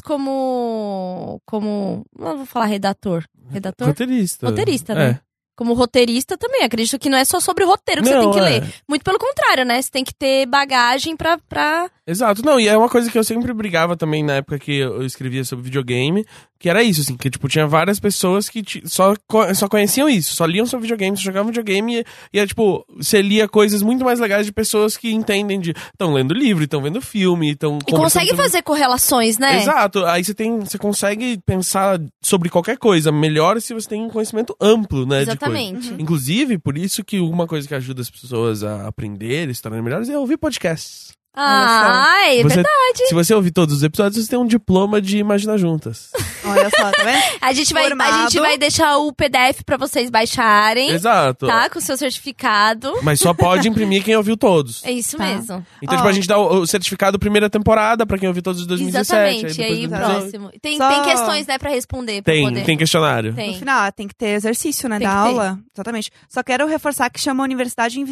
Speaker 2: como. como. Não vou falar redator. Redator?
Speaker 3: Roteirista. É.
Speaker 2: Roteirista, né? Como roteirista também. Acredito que não é só sobre roteiro que você
Speaker 3: é.
Speaker 2: tem que ler. Muito pelo contrário, né? Você tem que ter bagagem pra. pra...
Speaker 3: Exato. Não, e é uma coisa que eu sempre brigava também na época que eu escrevia sobre videogame, Que era isso, assim, que tipo, tinha várias pessoas que ti- só, co- só conheciam isso, só liam sobre videogame, só jogavam videogame e, e é tipo, você lia coisas muito mais legais de pessoas que entendem de. Estão lendo livro, estão vendo filme, estão.
Speaker 2: E consegue fazer correlações, né?
Speaker 3: Exato. Aí você tem, você consegue pensar sobre qualquer coisa melhor se você tem um conhecimento amplo, né? de coisa.
Speaker 2: Exatamente.
Speaker 3: Inclusive, por isso que uma coisa que ajuda as pessoas a aprender e se tornarem melhores é ouvir podcasts.
Speaker 2: Ah, é
Speaker 3: Você- um
Speaker 2: verdade.
Speaker 3: Se você ouvir todos os episódios, você tem um diploma de Imagina Juntas.
Speaker 1: Olha só, tá vendo?
Speaker 2: A gente, vai, a
Speaker 1: Formado.
Speaker 2: gente vai deixar o PDF pra vocês baixarem,
Speaker 3: Exato.
Speaker 2: tá? Com o seu certificado.
Speaker 3: Mas só pode imprimir quem ouviu todos.
Speaker 2: É isso
Speaker 1: Tá.
Speaker 2: mesmo.
Speaker 3: Então,
Speaker 1: Ó.
Speaker 3: tipo, a gente dá o o certificado primeira temporada pra quem ouviu todos os 2017.
Speaker 2: Exatamente.
Speaker 3: depois
Speaker 2: aí,
Speaker 3: 2018.
Speaker 2: próximo. Tem,
Speaker 1: Só-
Speaker 2: tem questões, né, pra responder. Pra
Speaker 3: Tem,
Speaker 2: poder.
Speaker 3: tem questionário.
Speaker 1: No
Speaker 2: Tem.
Speaker 1: final, ah, tem que ter exercício, né,
Speaker 2: Tem
Speaker 1: da
Speaker 2: que ter.
Speaker 1: aula. Exatamente. Só quero reforçar que chama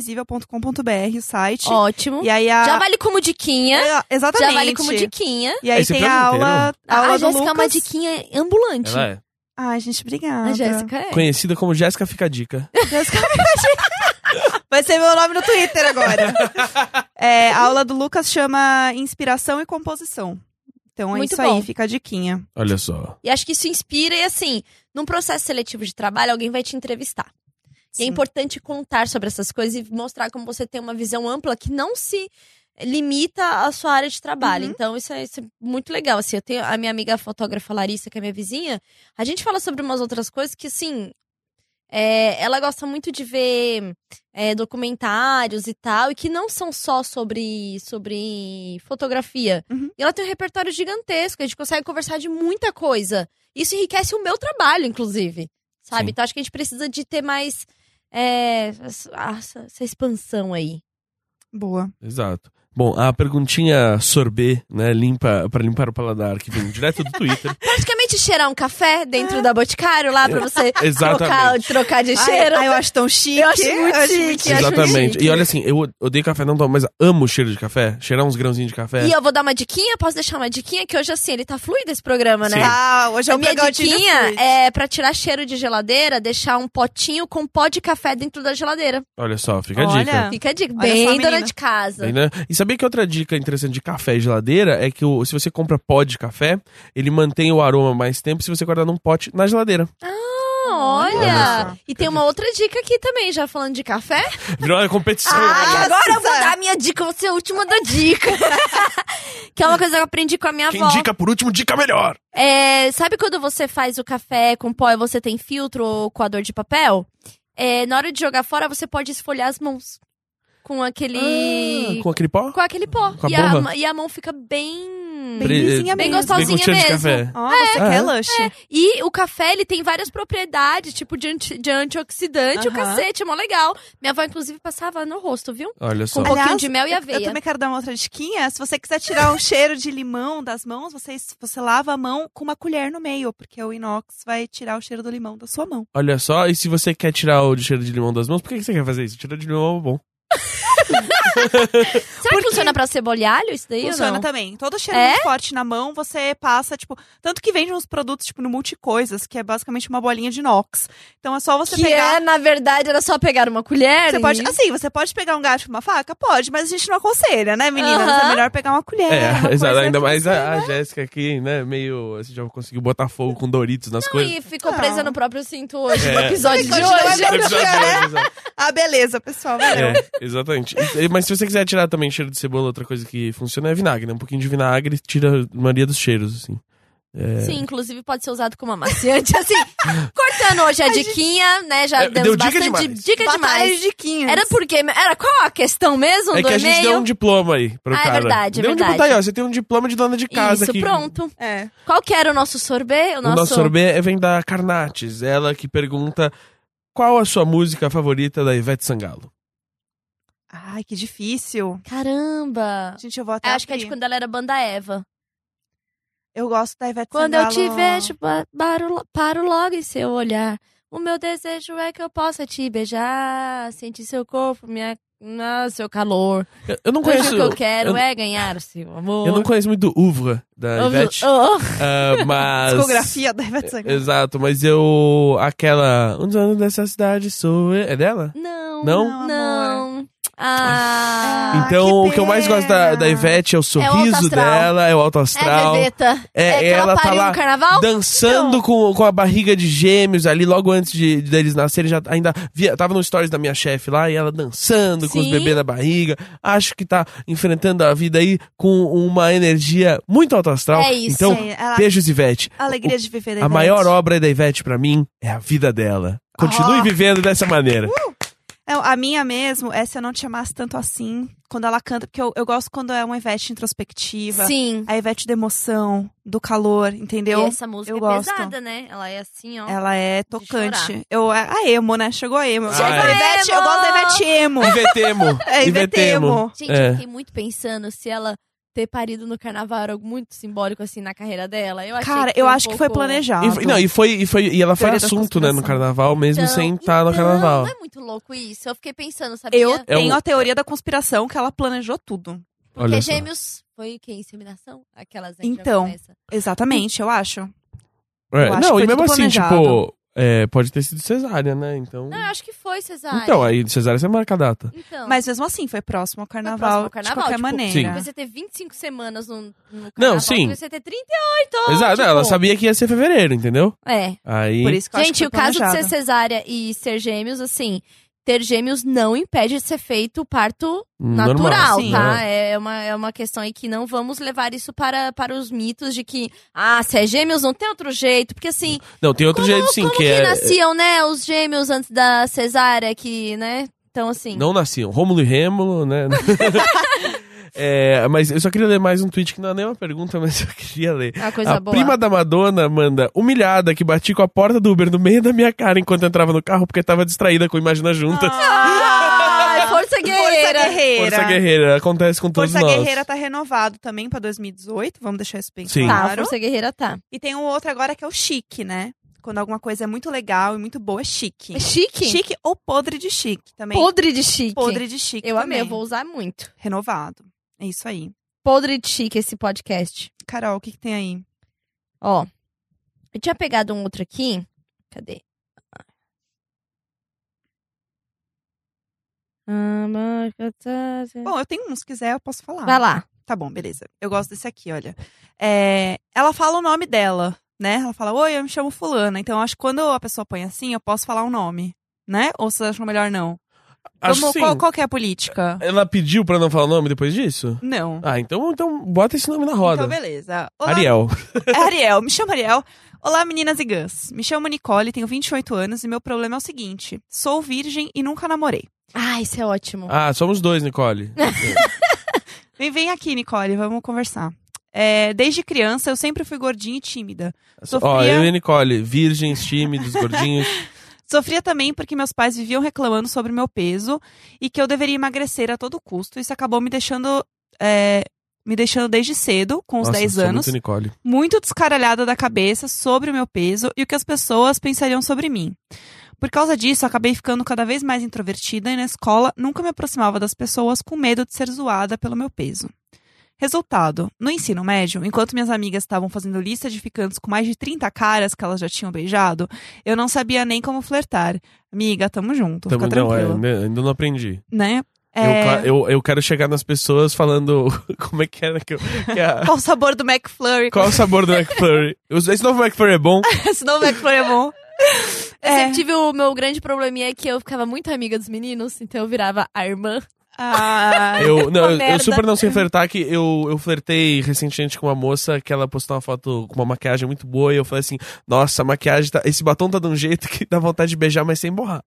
Speaker 1: universidadeinvisível.com.br o site.
Speaker 2: Ótimo.
Speaker 1: E aí a...
Speaker 2: Já vale como diquinha.
Speaker 1: É, Exatamente.
Speaker 2: Já vale como diquinha.
Speaker 1: E aí
Speaker 3: Esse
Speaker 1: tem a
Speaker 3: programa
Speaker 1: aula, a aula
Speaker 2: a
Speaker 1: do
Speaker 2: Jéssica é uma
Speaker 1: Lucas.
Speaker 2: diquinha ambulante.
Speaker 3: Ela é
Speaker 1: Ai, gente, obrigada.
Speaker 2: A Jéssica é.
Speaker 3: conhecida como Jéssica Fica a Dica.
Speaker 1: Jéssica Picadinho. Vai ser meu nome no Twitter agora. É, a aula do Lucas chama Inspiração e Composição. Então é
Speaker 2: Muito
Speaker 1: isso
Speaker 2: bom.
Speaker 1: aí, fica a diquinha.
Speaker 3: Olha só.
Speaker 2: E acho que isso inspira, e assim, num processo seletivo de trabalho, alguém vai te entrevistar. E é
Speaker 1: Sim.
Speaker 2: importante contar sobre essas coisas e mostrar como você tem uma visão ampla que não se limita à sua área de trabalho.
Speaker 1: Uhum.
Speaker 2: Então, isso é, isso é muito legal. Assim, eu tenho a minha amiga fotógrafa Larissa, que é minha vizinha, a gente fala sobre umas outras coisas que, assim. é, ela gosta muito de ver é, documentários e tal, e que não são só sobre, sobre fotografia.
Speaker 1: Uhum.
Speaker 2: E ela tem um repertório gigantesco, a gente consegue conversar de muita coisa. Isso enriquece o meu trabalho, inclusive. Sabe?
Speaker 3: Sim.
Speaker 2: Então acho que a gente precisa de ter mais é, essa, essa- essa expansão aí.
Speaker 1: Boa.
Speaker 3: Exato. Bom, a perguntinha sorbet, né, limpa, pra limpar o paladar, que vem direto do Twitter.
Speaker 2: Praticamente cheirar um café dentro da Boticário lá pra você trocar,
Speaker 3: Exatamente.
Speaker 2: trocar de
Speaker 1: É. Ai,
Speaker 2: cheiro.
Speaker 1: ai, eu acho tão chique.
Speaker 2: Eu acho muito chique, eu acho muito
Speaker 3: Exatamente.
Speaker 2: chique.
Speaker 3: E olha assim, eu odeio café, não tomo, mas amo o cheiro de café. Cheirar uns grãozinhos de café.
Speaker 2: E eu vou dar uma diquinha, posso deixar uma diquinha? Que hoje, assim, ele tá fluido esse programa, né?
Speaker 3: Sim.
Speaker 1: Ah, hoje é
Speaker 2: A
Speaker 1: um
Speaker 2: minha
Speaker 1: programa de
Speaker 2: diquinha
Speaker 1: Netflix.
Speaker 2: é pra tirar cheiro de geladeira, deixar um potinho com pó de café dentro da geladeira.
Speaker 3: Olha só, fica a
Speaker 1: Olha.
Speaker 3: dica.
Speaker 2: Fica a dica.
Speaker 1: Ah. Olha só,
Speaker 2: Bem dona
Speaker 1: menina.
Speaker 2: de casa.
Speaker 3: Aí, né? E sabia que outra dica interessante de café e geladeira é que o- se você compra pó de café, ele mantém o aroma mais tempo se você guardar num pote na geladeira.
Speaker 2: Ah,
Speaker 1: Olha
Speaker 2: olha!
Speaker 1: só.
Speaker 2: E tem uma outra dica aqui também, já falando de café.
Speaker 3: Virou uma competição.
Speaker 1: Ah,
Speaker 2: E
Speaker 1: Nossa!
Speaker 2: agora eu vou dar a minha dica, você é a última da dica. que é uma coisa que eu aprendi com a minha
Speaker 3: Quem
Speaker 2: avó.
Speaker 3: dica por último, dica melhor.
Speaker 2: É, sabe quando você faz o café com pó e você tem filtro ou coador de papel? É, na hora de jogar fora, você pode esfolhar as mãos com aquele.
Speaker 3: Ah, com aquele pó?
Speaker 2: com aquele pó.
Speaker 3: Com a
Speaker 2: e, a,
Speaker 3: borra?
Speaker 2: ma- e a mão fica bem.
Speaker 1: Bem lisinha
Speaker 2: hum. Bem
Speaker 1: mesmo.
Speaker 2: gostosinha
Speaker 3: Vem com cheiro de café.
Speaker 2: mesmo.
Speaker 1: Ó, você
Speaker 3: É.
Speaker 1: quer lush?
Speaker 2: E o café, ele tem várias propriedades, tipo de, anti- de antioxidante, o
Speaker 1: Aham.
Speaker 2: cacete, é mó legal. Minha avó, inclusive, passava no rosto, viu?
Speaker 3: Olha só.
Speaker 2: Com pouquinho
Speaker 1: Aliás,
Speaker 2: de mel e
Speaker 1: eu-
Speaker 2: aveia.
Speaker 1: Eu também quero dar uma outra diquinha. Se você quiser tirar um cheiro de limão das mãos, você, você lava a mão com uma colher no meio, porque o inox vai tirar o cheiro do limão da sua mão.
Speaker 3: Olha só, e se você quer tirar o cheiro de limão das mãos, por que que você quer fazer isso? Tira de limão é bom.
Speaker 2: Será que funciona pra cebola e alho isso daí? ou
Speaker 1: Funciona
Speaker 2: não?
Speaker 1: também. Todo cheiro
Speaker 2: É?
Speaker 1: muito forte na mão, você passa, tipo. Tanto que vende uns produtos, tipo, no Multicoisas, que é basicamente uma bolinha de inox. Então é só você
Speaker 2: que
Speaker 1: pegar.
Speaker 2: é, na verdade, era só pegar uma colher.
Speaker 1: Você
Speaker 2: e-
Speaker 1: pode, assim, você pode pegar um gato e uma faca? Pode, mas a gente não aconselha, né, meninas?
Speaker 2: Aham.
Speaker 1: É melhor pegar uma colher. uma
Speaker 3: É,
Speaker 1: coisa
Speaker 3: exato. Ainda
Speaker 1: que
Speaker 3: mais
Speaker 1: você-
Speaker 3: a, a Jéssica aqui, né? Meio. Assim, já conseguiu botar fogo com Doritos nas coisas.
Speaker 2: E ficou
Speaker 1: Não.
Speaker 2: presa no próprio cinto hoje, no
Speaker 3: É.
Speaker 2: episódio de
Speaker 1: Ficou de
Speaker 2: hoje.
Speaker 1: olho.
Speaker 3: Episódio dois, exato.
Speaker 1: Ah, beleza, pessoal. valeu.
Speaker 3: É, exatamente. E- Mas se você quiser tirar também cheiro de cebola, outra coisa que funciona é vinagre, né? Um pouquinho de vinagre tira a maioria dos cheiros, assim.
Speaker 2: Sim, inclusive pode ser usado como amaciante. Assim, cortando hoje a, diquinha, né? Já
Speaker 3: É,
Speaker 2: demos
Speaker 3: deu dica
Speaker 2: bastante
Speaker 3: demais.
Speaker 2: dica
Speaker 1: Batalha de
Speaker 2: demais.
Speaker 1: diquinhas.
Speaker 2: Era porque. Era qual a questão mesmo
Speaker 3: é
Speaker 2: do
Speaker 3: que a gente deu
Speaker 2: e-mail?
Speaker 3: um diploma aí pro
Speaker 2: Ah, é
Speaker 3: cara.
Speaker 2: verdade, é
Speaker 3: deu um diploma,
Speaker 2: verdade.
Speaker 3: tá aí, ó, Você tem um diploma de dona de casa
Speaker 2: Isso,
Speaker 3: aqui.
Speaker 2: pronto.
Speaker 1: É.
Speaker 2: Qual que era o nosso sorbet? O
Speaker 3: O nosso sorbet é- vem da Carnates, ela que pergunta qual a sua música favorita da Ivete Sangalo.
Speaker 1: Ai, que difícil.
Speaker 2: Caramba!
Speaker 1: Gente, eu vou até.
Speaker 2: Eu acho que é de
Speaker 1: abrir.
Speaker 2: quando ela era banda Eva.
Speaker 1: Eu gosto da Ivete
Speaker 2: Quando eu
Speaker 1: Sangalo.
Speaker 2: te vejo, ba- barulho- paro logo em seu olhar. O meu desejo é que eu possa te beijar, sentir seu corpo, minha, ah, seu calor.
Speaker 3: Eu, eu não
Speaker 2: Hoje
Speaker 3: conheço.
Speaker 2: o que eu quero
Speaker 3: eu-
Speaker 2: é ganhar o seu amor.
Speaker 3: eu não conheço muito Uvra da
Speaker 2: Ouve-
Speaker 3: Ivete.
Speaker 2: Oh,
Speaker 3: ah, mas.
Speaker 1: Discografia né? da Ivete Sangalo.
Speaker 3: Exato, mas eu. Aquela. Um dos anos dessa cidade sou eu. É dela?
Speaker 2: Não,
Speaker 3: Não?
Speaker 2: não.
Speaker 1: Não, amor.
Speaker 4: Ah,
Speaker 3: Então,
Speaker 1: que
Speaker 3: o que eu mais
Speaker 1: pena.
Speaker 3: gosto da, da Ivete é o sorriso
Speaker 2: astral.
Speaker 3: dela, é o alto astral.
Speaker 2: É, Vedeta.
Speaker 3: É,
Speaker 2: que
Speaker 3: ela tá
Speaker 2: pariu um
Speaker 3: lá
Speaker 2: no carnaval?
Speaker 3: dançando com, com a barriga de gêmeos ali, logo antes de, de eles nascerem, já ainda via, tava no stories da minha chefe lá, e ela dançando com os
Speaker 2: Sim.
Speaker 3: bebês na barriga. Acho que tá enfrentando a vida aí com uma energia muito alto astral.
Speaker 2: É isso.
Speaker 3: Então,
Speaker 1: É, ela-
Speaker 3: beijos, Ivete.
Speaker 1: a alegria de viver da
Speaker 3: A
Speaker 1: Ivete.
Speaker 3: maior obra da Ivete pra mim é a vida dela. Continue
Speaker 1: Ó.
Speaker 3: vivendo dessa maneira.
Speaker 1: É, a minha mesmo é se eu não te amasse tanto assim. Quando ela canta, porque eu, eu gosto quando é uma Ivete introspectiva.
Speaker 2: Sim.
Speaker 1: A Ivete da emoção, do calor, entendeu?
Speaker 4: e essa música
Speaker 1: eu
Speaker 4: é
Speaker 1: gosto.
Speaker 4: pesada, né? Ela é assim,
Speaker 2: um
Speaker 4: ó.
Speaker 1: Ela é
Speaker 4: chorar.
Speaker 1: tocante. Eu, a a emo, né? Chegou a emo.
Speaker 3: Chegou
Speaker 1: a
Speaker 3: a
Speaker 1: Ivete,
Speaker 4: emo!
Speaker 1: eu gosto da Ivete emo.
Speaker 3: Ivetemo.
Speaker 1: É, Ivetemo.
Speaker 2: Gente,
Speaker 3: É.
Speaker 2: eu fiquei muito pensando se ela ter parido no carnaval era algo muito simbólico, assim, na carreira dela. Eu achei
Speaker 1: Cara,
Speaker 2: que
Speaker 1: eu
Speaker 2: foi um
Speaker 1: acho que foi
Speaker 2: pouco-
Speaker 1: planejado.
Speaker 3: E, foi- não, e foi, e foi e ela foi
Speaker 1: Teoria da
Speaker 3: assunto, né, no
Speaker 1: conspiração.
Speaker 3: carnaval, mesmo
Speaker 2: Então-
Speaker 3: sem estar no
Speaker 2: então,
Speaker 3: carnaval.
Speaker 2: Não é muito louco isso? Eu fiquei pensando, sabia?
Speaker 1: Eu
Speaker 3: É
Speaker 1: tenho
Speaker 3: um-
Speaker 1: a teoria da conspiração que ela planejou tudo.
Speaker 2: Porque
Speaker 3: Olha só.
Speaker 2: gêmeos foi o quê? Inseminação? Aquelas né, que já
Speaker 1: Então.
Speaker 2: começa.
Speaker 1: Exatamente, eu acho.
Speaker 3: É,
Speaker 1: Eu acho que
Speaker 3: Não,
Speaker 1: foi
Speaker 3: e mesmo
Speaker 1: tudo
Speaker 3: assim,
Speaker 1: planejado. Ah,
Speaker 3: tipo, é, pode ter sido cesárea, né? Então.
Speaker 2: Não, eu acho que foi,
Speaker 1: tá,
Speaker 2: cesárea.
Speaker 3: Então,
Speaker 1: é.
Speaker 3: aí cesárea você marca a data.
Speaker 2: Então.
Speaker 1: Mas mesmo assim, foi próximo ao
Speaker 2: Foi
Speaker 1: carnaval,
Speaker 2: próximo ao carnaval,
Speaker 1: de qualquer
Speaker 2: tipo,
Speaker 1: maneira.
Speaker 2: Você ter 25 semanas no, no carnaval,
Speaker 3: sim.
Speaker 2: Você ter 38.
Speaker 3: Exato,
Speaker 2: tipo,
Speaker 3: ela sabia que ia ser fevereiro, entendeu?
Speaker 2: É.
Speaker 3: Aí.
Speaker 1: Por isso que eu acho
Speaker 2: Gente,
Speaker 1: que
Speaker 2: o
Speaker 1: foi
Speaker 2: caso de ser
Speaker 1: planejado.
Speaker 2: cesárea e ser gêmeos, assim, ter gêmeos não impede de ser feito o parto
Speaker 3: hum, normal. assim, né?
Speaker 2: natural,
Speaker 1: Sim.
Speaker 2: tá? É uma, é uma questão aí que não vamos levar isso para, para os mitos de que, ah, se é gêmeos não tem outro jeito, porque assim,
Speaker 3: Não, tem outro
Speaker 2: como,
Speaker 3: jeito sim,
Speaker 2: como
Speaker 3: que,
Speaker 2: que
Speaker 3: é.
Speaker 2: nasciam, né, os gêmeos antes da cesárea, que, né, então assim...
Speaker 3: Não nasciam. Rômulo e Rêmulo, né? É, mas eu só queria ler mais um tweet que não é nem uma pergunta, mas eu queria ler.
Speaker 2: É uma coisa
Speaker 3: a
Speaker 2: boa.
Speaker 3: prima da Madonna manda humilhada que bati com a porta do Uber no meio da minha cara enquanto eu entrava no carro porque tava distraída com Imagina Juntas.
Speaker 2: Ai, força
Speaker 1: Ah, Força
Speaker 2: guerreira!
Speaker 1: Guerreira.
Speaker 3: Força Guerreira, acontece com todos
Speaker 1: Força
Speaker 3: nós.
Speaker 1: Guerreira tá renovado também pra 2018, vamos deixar isso bem
Speaker 3: Sim.
Speaker 2: Tá,
Speaker 1: claro.
Speaker 2: força guerreira tá.
Speaker 1: E tem um outro agora que é o chique, né? Quando alguma coisa é muito legal e muito boa, é chique.
Speaker 2: Chique?
Speaker 1: Chique ou podre de chique também.
Speaker 2: Podre de chique.
Speaker 1: Podre de chique
Speaker 2: Eu
Speaker 1: também.
Speaker 2: amei, eu vou usar muito.
Speaker 1: Renovado. É isso aí.
Speaker 2: Podre de chique esse podcast.
Speaker 1: Carol, o que, que tem aí?
Speaker 2: Ó, eu tinha pegado um outro aqui. Cadê? Ah, marca, tá, tá.
Speaker 1: Bom, eu tenho um, se quiser eu posso falar.
Speaker 2: Vai lá.
Speaker 1: Tá bom, beleza. Eu gosto desse aqui, olha. É, ela fala o nome dela, né? Ela fala, oi, eu me chamo fulana. Então, eu acho que quando a pessoa põe assim, eu posso falar o nome, né? Ou vocês acham melhor não?
Speaker 3: Acho
Speaker 1: Vamos-
Speaker 3: sim.
Speaker 1: qual, qual que é a política?
Speaker 3: Ela pediu pra não falar o nome depois disso?
Speaker 1: Não.
Speaker 3: Ah, então, então bota esse nome na roda.
Speaker 1: Então, beleza. Olá,
Speaker 3: Ariel.
Speaker 1: É Ariel, me chamo Ariel. Olá, meninas e gãs. Me chamo Nicole, tenho 28 anos e meu problema é o seguinte: sou virgem e nunca namorei.
Speaker 2: Ah, isso é ótimo.
Speaker 3: Ah, somos dois, Nicole.
Speaker 1: Vem, vem aqui, Nicole, vamos conversar. É, desde criança eu sempre fui gordinha e tímida.
Speaker 3: Ó,
Speaker 1: Sofria,
Speaker 3: eu e Nicole, virgens, tímidos, gordinhos.
Speaker 1: sofria também porque meus pais viviam reclamando sobre meu peso e que eu deveria emagrecer a todo custo. Isso acabou me deixando. é, me deixando desde cedo, com os
Speaker 3: Nossa,
Speaker 1: 10
Speaker 3: sou
Speaker 1: anos,
Speaker 3: Muito Nicole.
Speaker 1: muito descaralhada da cabeça sobre o meu peso e o que as pessoas pensariam sobre mim. Por causa disso, acabei ficando cada vez mais introvertida e na escola nunca me aproximava das pessoas com medo de ser zoada pelo meu peso. Resultado: no ensino médio, enquanto minhas amigas estavam fazendo lista de ficantes com mais de 30 caras que elas já tinham beijado, eu não sabia nem como flertar. Amiga, tamo junto,
Speaker 3: Tamo-
Speaker 1: fica
Speaker 3: não, é,
Speaker 1: tranquila,
Speaker 3: ainda ainda não aprendi.
Speaker 1: né?
Speaker 3: Eu,
Speaker 1: É,
Speaker 3: cla- eu, eu quero chegar nas pessoas falando como é que era que eu. que a-
Speaker 1: Qual o sabor do McFlurry?
Speaker 3: qual o sabor do McFlurry? Os- Esse novo McFlurry é bom?
Speaker 1: Esse novo McFlurry é bom.
Speaker 2: Eu
Speaker 1: É.
Speaker 2: sempre tive o meu grande probleminha que eu ficava muito amiga dos meninos, então eu virava a irmã.
Speaker 1: Ah,
Speaker 3: Eu, não, eu- eu,
Speaker 1: merda.
Speaker 3: super não sei flertar que eu, eu flertei recentemente com uma moça que ela postou uma foto com uma maquiagem muito boa e eu falei assim: nossa, a maquiagem tá. Esse batom tá de um jeito que dá vontade de beijar, mas sem borrar.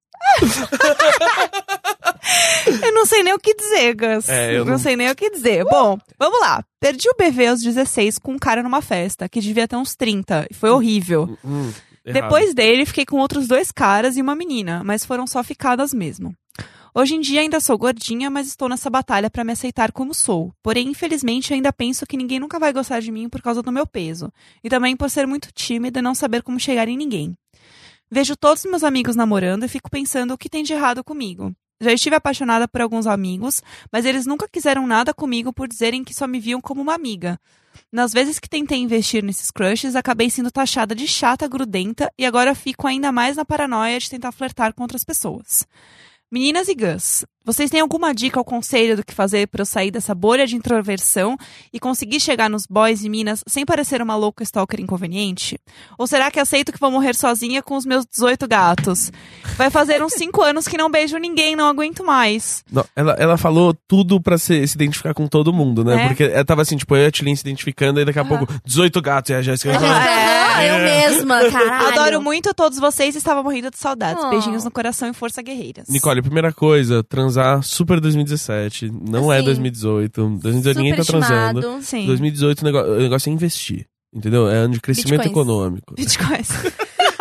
Speaker 1: Eu não sei nem o que dizer, Gus.
Speaker 3: É, eu
Speaker 1: não...
Speaker 3: não-
Speaker 1: sei nem o que dizer. Bom, vamos lá. Perdi o BV aos 16 com um cara numa festa, que devia ter uns 30, e foi horrível.
Speaker 3: Hum, hum, errado.
Speaker 1: Depois dele, fiquei com outros dois caras e uma menina, mas foram só ficadas mesmo. Hoje em dia ainda sou gordinha, mas estou nessa batalha pra me aceitar como sou. Porém, infelizmente, ainda penso que ninguém nunca vai gostar de mim por causa do meu peso. E também por ser muito tímida e não saber como chegar em ninguém. Vejo todos meus amigos namorando e fico pensando o que tem de errado comigo. Já estive apaixonada por alguns amigos, mas eles nunca quiseram nada comigo por dizerem que só me viam como uma amiga. Nas vezes que tentei investir nesses crushes, acabei sendo taxada de chata grudenta e agora fico ainda mais na paranoia de tentar flertar com outras pessoas. Meninas e Gus, Vocês têm alguma dica ou conselho do que fazer pra eu sair dessa bolha de introversão e conseguir chegar nos boys e minas sem parecer uma louca stalker inconveniente? Ou será que aceito que vou morrer sozinha com os meus 18 gatos? Vai fazer uns 5 anos que não beijo ninguém, não aguento mais.
Speaker 3: Não, ela, ela falou tudo pra se, se identificar com todo mundo, né?
Speaker 1: É.
Speaker 3: Porque ela tava assim, tipo, eu e a Tilin se identificando, e daqui a pouco, 18 gatos, e a Jéssica. assim,
Speaker 1: Aham.
Speaker 2: Ah, eu mesma, caralho.
Speaker 1: Adoro muito todos vocês e estava morrendo de saudades.
Speaker 2: Oh.
Speaker 1: Beijinhos no coração e força guerreiras.
Speaker 3: Nicole, primeira coisa, transar super 2017. Não é
Speaker 2: Assim,
Speaker 3: 2018. 2018 ninguém tá transando.
Speaker 2: Superestimado.
Speaker 1: Sim.
Speaker 3: 2018 o negócio, o negócio é investir. Entendeu? É ano de crescimento
Speaker 2: Bitcoins.
Speaker 3: econômico.
Speaker 1: Bitcoins.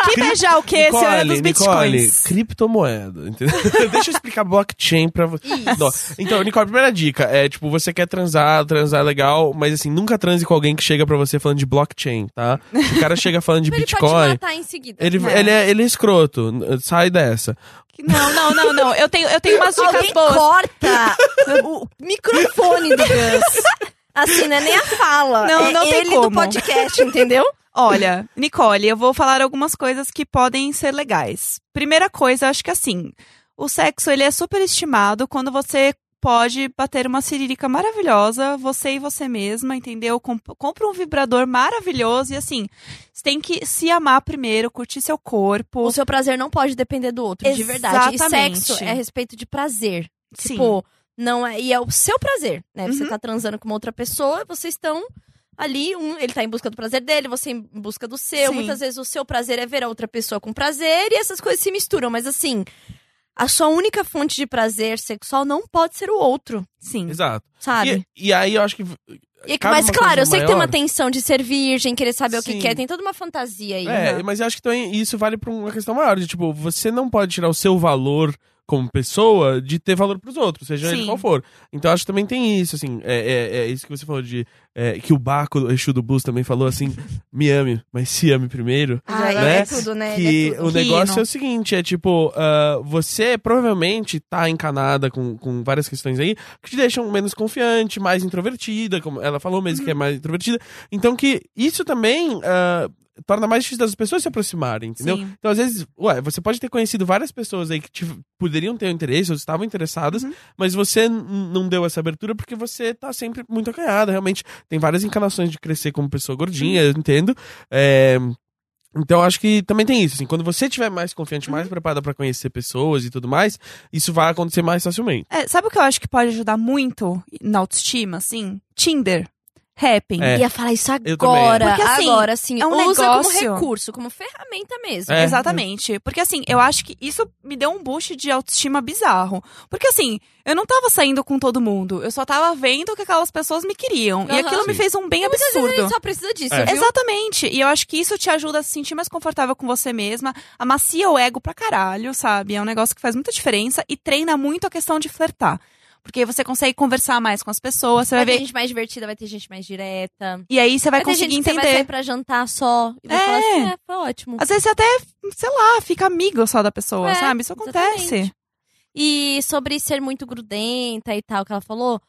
Speaker 1: que beijar o quê? Esse ano é dos
Speaker 3: Nicole,
Speaker 1: bitcoins.
Speaker 3: criptomoeda, entendeu? Deixa eu explicar blockchain pra você. Não. Então, Nicole, primeira dica é, tipo, você quer transar, transar legal, mas assim, nunca transe com alguém que chega pra você falando de blockchain, tá? O cara chega falando de
Speaker 2: Ele pode
Speaker 3: Bitcoin,
Speaker 2: matar em seguida.
Speaker 3: ele,
Speaker 1: É.
Speaker 3: ele, é, ele é escroto, n- sai dessa.
Speaker 1: Não, não, não, não. Eu tenho, eu tenho umas dicas
Speaker 2: Alguém
Speaker 1: boas.
Speaker 2: corta o microfone do Gus. Assim, não é nem a fala.
Speaker 1: Não,
Speaker 2: é
Speaker 1: não tem
Speaker 2: ele do
Speaker 1: como.
Speaker 2: podcast, entendeu?
Speaker 1: Olha, Nicole, eu vou falar algumas coisas que podem ser legais. Primeira coisa, eu acho que assim, o sexo ele é superestimado quando você pode bater uma cirílica maravilhosa, você e você mesma, entendeu? Com- compra um vibrador maravilhoso e assim, você tem que se amar primeiro, curtir seu corpo.
Speaker 2: O seu prazer não pode depender do outro, de verdade. E
Speaker 1: Exatamente.
Speaker 2: sexo é a respeito de prazer.
Speaker 1: Sim.
Speaker 2: Tipo, não é. E é o seu prazer, né? Você
Speaker 1: Uhum.
Speaker 2: tá transando com uma outra pessoa, vocês estão ali, um, ele tá em busca do prazer dele, você em busca do seu.
Speaker 1: Sim.
Speaker 2: Muitas vezes o seu prazer é ver a outra pessoa com prazer e essas coisas se misturam. Mas assim, a sua única fonte de prazer sexual não pode ser o outro,
Speaker 1: Sim.
Speaker 3: Exato.
Speaker 2: sabe?
Speaker 3: E, e aí eu acho que.
Speaker 2: E, é que-
Speaker 3: cabe
Speaker 2: mas
Speaker 3: uma
Speaker 2: claro,
Speaker 3: coisa
Speaker 2: eu sei que tem uma
Speaker 3: maior.
Speaker 2: tensão de ser virgem, querer saber o que
Speaker 3: Sim.
Speaker 2: quer, tem toda uma fantasia aí.
Speaker 3: É,
Speaker 2: né?
Speaker 3: mas eu acho que também isso vale pra uma questão maior, de tipo, você não pode tirar o seu valor como pessoa de ter valor pros outros, seja ele
Speaker 1: Sim.
Speaker 3: qual for. Então eu acho que também tem isso, assim, é, é, é isso que você falou de, é, que o Baco, o Exu do Blues também falou assim, me ame, mas se ame primeiro.
Speaker 2: Ah, ele
Speaker 3: Né?
Speaker 2: é tudo, né? Ele é
Speaker 3: Que
Speaker 2: tudo.
Speaker 3: o
Speaker 1: Que
Speaker 3: negócio
Speaker 1: não.
Speaker 3: é o seguinte, é tipo, ah, você provavelmente tá encanada com, com várias questões aí que te deixam menos confiante, mais introvertida, como ela falou mesmo
Speaker 2: Uhum.
Speaker 3: que é mais introvertida. Então que isso também ah, torna mais difícil das pessoas se aproximarem, entendeu?
Speaker 1: Sim.
Speaker 3: Então às vezes, ué, você pode ter conhecido várias pessoas aí que te- poderiam ter interesse ou estavam interessadas,
Speaker 1: Uhum.
Speaker 3: mas você n- não deu essa abertura porque você tá sempre muito acanhada, realmente. Tem várias encanações de crescer como pessoa gordinha, eu entendo. É, Então, acho que também tem isso, assim, quando você estiver mais confiante,
Speaker 2: Uhum.
Speaker 3: mais preparada pra conhecer pessoas e tudo mais, isso vai acontecer mais facilmente.
Speaker 1: É, sabe o que eu acho que pode ajudar muito na autoestima, assim? Tinder. Happn.
Speaker 3: É.
Speaker 2: Ia falar isso
Speaker 3: Eu também, é.
Speaker 2: agora.
Speaker 1: Porque, assim,
Speaker 2: agora, assim,
Speaker 1: é um
Speaker 2: usa
Speaker 1: negócio-
Speaker 2: como recurso, como ferramenta mesmo.
Speaker 3: É.
Speaker 1: Exatamente. Porque assim, eu acho que isso me deu um boost de autoestima bizarro. Porque assim, eu não tava saindo com todo mundo. Eu só tava vendo que aquelas pessoas me queriam. E
Speaker 2: Aham.
Speaker 1: aquilo me
Speaker 3: Sim.
Speaker 1: fez um bem
Speaker 2: A gente
Speaker 1: absurdo.
Speaker 2: só precisa disso,
Speaker 3: É.
Speaker 2: viu?
Speaker 1: Exatamente. E eu acho que isso te ajuda a se sentir mais confortável com você mesma, amacia o ego pra caralho, sabe? É um negócio que faz muita diferença e treina muito a questão de flertar. Porque você consegue conversar mais com as pessoas, você vai
Speaker 2: Vai ter
Speaker 1: ver.
Speaker 2: gente mais divertida, vai ter gente mais direta.
Speaker 1: E aí você vai,
Speaker 2: ter
Speaker 1: conseguir
Speaker 2: gente que você vai
Speaker 1: entender.
Speaker 2: sair pra jantar só. E vai
Speaker 1: É.
Speaker 2: falar assim, é, foi ótimo.
Speaker 1: Às vezes você até, sei lá, fica amigo só da pessoa,
Speaker 2: É,
Speaker 1: sabe? Isso acontece.
Speaker 2: exatamente. E sobre ser muito grudenta e tal, que ela falou,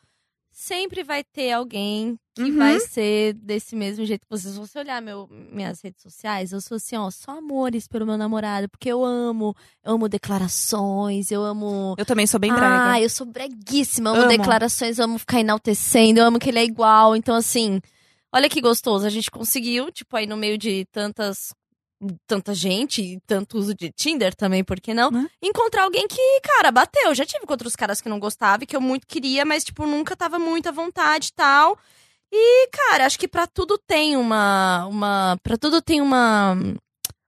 Speaker 2: sempre vai ter alguém que
Speaker 1: Uhum.
Speaker 2: vai ser desse mesmo jeito que vocês. Se você olhar meu, minhas redes sociais, eu sou assim, ó, só amores pelo meu namorado, porque eu amo, eu amo declarações, eu amo.
Speaker 1: Eu também sou bem brega.
Speaker 2: Ah, eu sou breguíssima, amo,
Speaker 1: Amo.
Speaker 2: declarações, amo ficar enaltecendo, eu amo que ele é igual. Então, assim, olha que gostoso. A gente conseguiu, tipo, aí no meio de tantas. Tanta gente e tanto uso de Tinder também, por que não?
Speaker 1: Né?
Speaker 2: Encontrar alguém que, cara, bateu. Já tive com outros caras que não gostava e que eu muito queria, mas, tipo, nunca tava muito à vontade e tal. E, cara, acho que pra tudo tem uma. uma para tudo tem uma.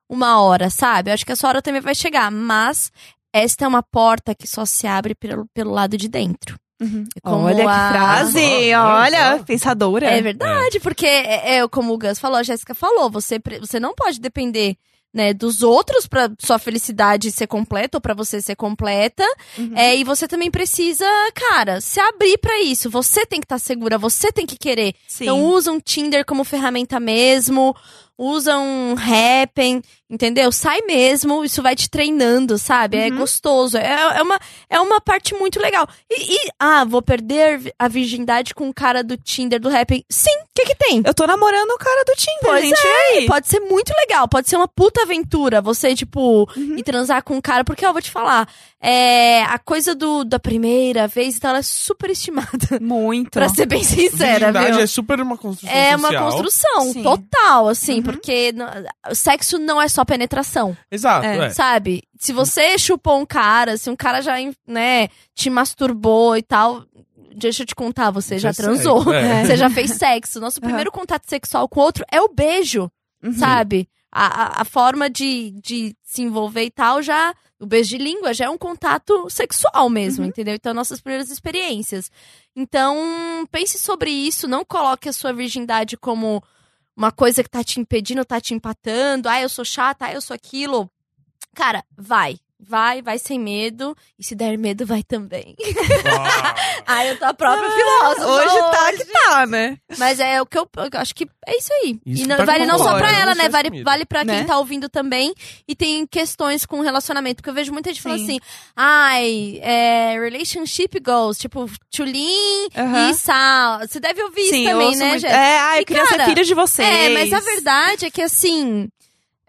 Speaker 2: Uma hora, sabe? Eu acho que a sua hora também vai chegar, mas esta é uma porta que só se abre pelo, pelo lado de dentro.
Speaker 1: Uhum.
Speaker 2: É como
Speaker 1: olha
Speaker 2: a-
Speaker 1: que frase,
Speaker 3: Olha só, olha
Speaker 1: olha,
Speaker 3: só.
Speaker 1: pensadora.
Speaker 2: É verdade, porque é, é como o Gus falou, a Jéssica falou, você, pre- você não pode depender né, dos outros pra sua felicidade ser completa ou pra você ser completa.
Speaker 1: Uhum.
Speaker 2: É, e você também precisa, cara, se abrir pra isso. tá Você tem que estar segura, você tem que querer.
Speaker 1: Sim.
Speaker 2: Então usa um Tinder como ferramenta mesmo. usa um happen, entendeu? Sai mesmo, isso vai te treinando, sabe? É
Speaker 1: Uhum.
Speaker 2: gostoso. É, é uma, é uma parte muito legal. E, e, ah, vou perder a virgindade com o cara do Tinder, do happen. Sim, o que que tem?
Speaker 1: Eu tô namorando o cara do Tinder,
Speaker 2: Pois é.
Speaker 1: gente. e aí?
Speaker 2: Pode ser muito legal, pode ser uma puta aventura você, tipo,
Speaker 1: Uhum.
Speaker 2: ir transar com um cara. Porque, ó, eu vou te falar, é, a coisa do, da primeira vez, então ela é super estimada.
Speaker 1: Muito.
Speaker 2: pra ser bem sincera,
Speaker 3: Virgindade
Speaker 2: né, viu?
Speaker 3: é super uma construção
Speaker 2: É uma
Speaker 3: social.
Speaker 2: construção
Speaker 1: Sim.
Speaker 2: total, assim,
Speaker 1: Uhum.
Speaker 2: porque n- o sexo não é só penetração,
Speaker 3: Exato,
Speaker 1: É.
Speaker 3: é.
Speaker 2: sabe? Se você chupou um cara, se um cara já, né, te masturbou e tal, deixa eu te contar, você já
Speaker 3: Isso é
Speaker 2: transou.
Speaker 3: sexo, é.
Speaker 2: Você já fez sexo. Nosso primeiro contato sexual com o outro é o beijo
Speaker 1: Uhum.
Speaker 2: sabe? A, a, a forma de, de se envolver e tal já. O beijo de língua já é um contato sexual mesmo, entendeu? Então, nossas primeiras experiências. Então, pense sobre isso, não coloque a sua virgindade como uma coisa que tá te impedindo, tá te empatando. Ah, eu sou chata, ah, eu sou aquilo. Cara, vai. Vai, vai sem medo. E se der medo, vai também.
Speaker 3: Ah.
Speaker 2: Ah, eu tô a própria filósofa.
Speaker 1: Hoje tá que tá, né?
Speaker 2: Mas é o que eu, eu acho que é isso aí.
Speaker 3: Isso
Speaker 2: e não-
Speaker 3: tá
Speaker 2: vale não só
Speaker 1: concordo,
Speaker 2: pra
Speaker 3: não
Speaker 2: ela,
Speaker 3: sei
Speaker 2: né? Vale,
Speaker 3: assumir.
Speaker 2: vale pra
Speaker 1: Né?
Speaker 2: quem tá ouvindo também. E tem questões com relacionamento. Porque eu vejo muita gente falando
Speaker 1: Sim.
Speaker 2: assim: ai, é, relationship goals. Tipo, Tulin
Speaker 1: Aham.
Speaker 2: e Sal. Você deve ouvir
Speaker 1: Sim,
Speaker 2: isso
Speaker 1: eu
Speaker 2: também,
Speaker 1: ouço
Speaker 2: né,
Speaker 1: muito-
Speaker 2: Jéssica?
Speaker 1: É, ah, eu
Speaker 2: E,
Speaker 1: queria ser
Speaker 2: cara,
Speaker 1: filha de vocês.
Speaker 2: É, mas a verdade é que assim.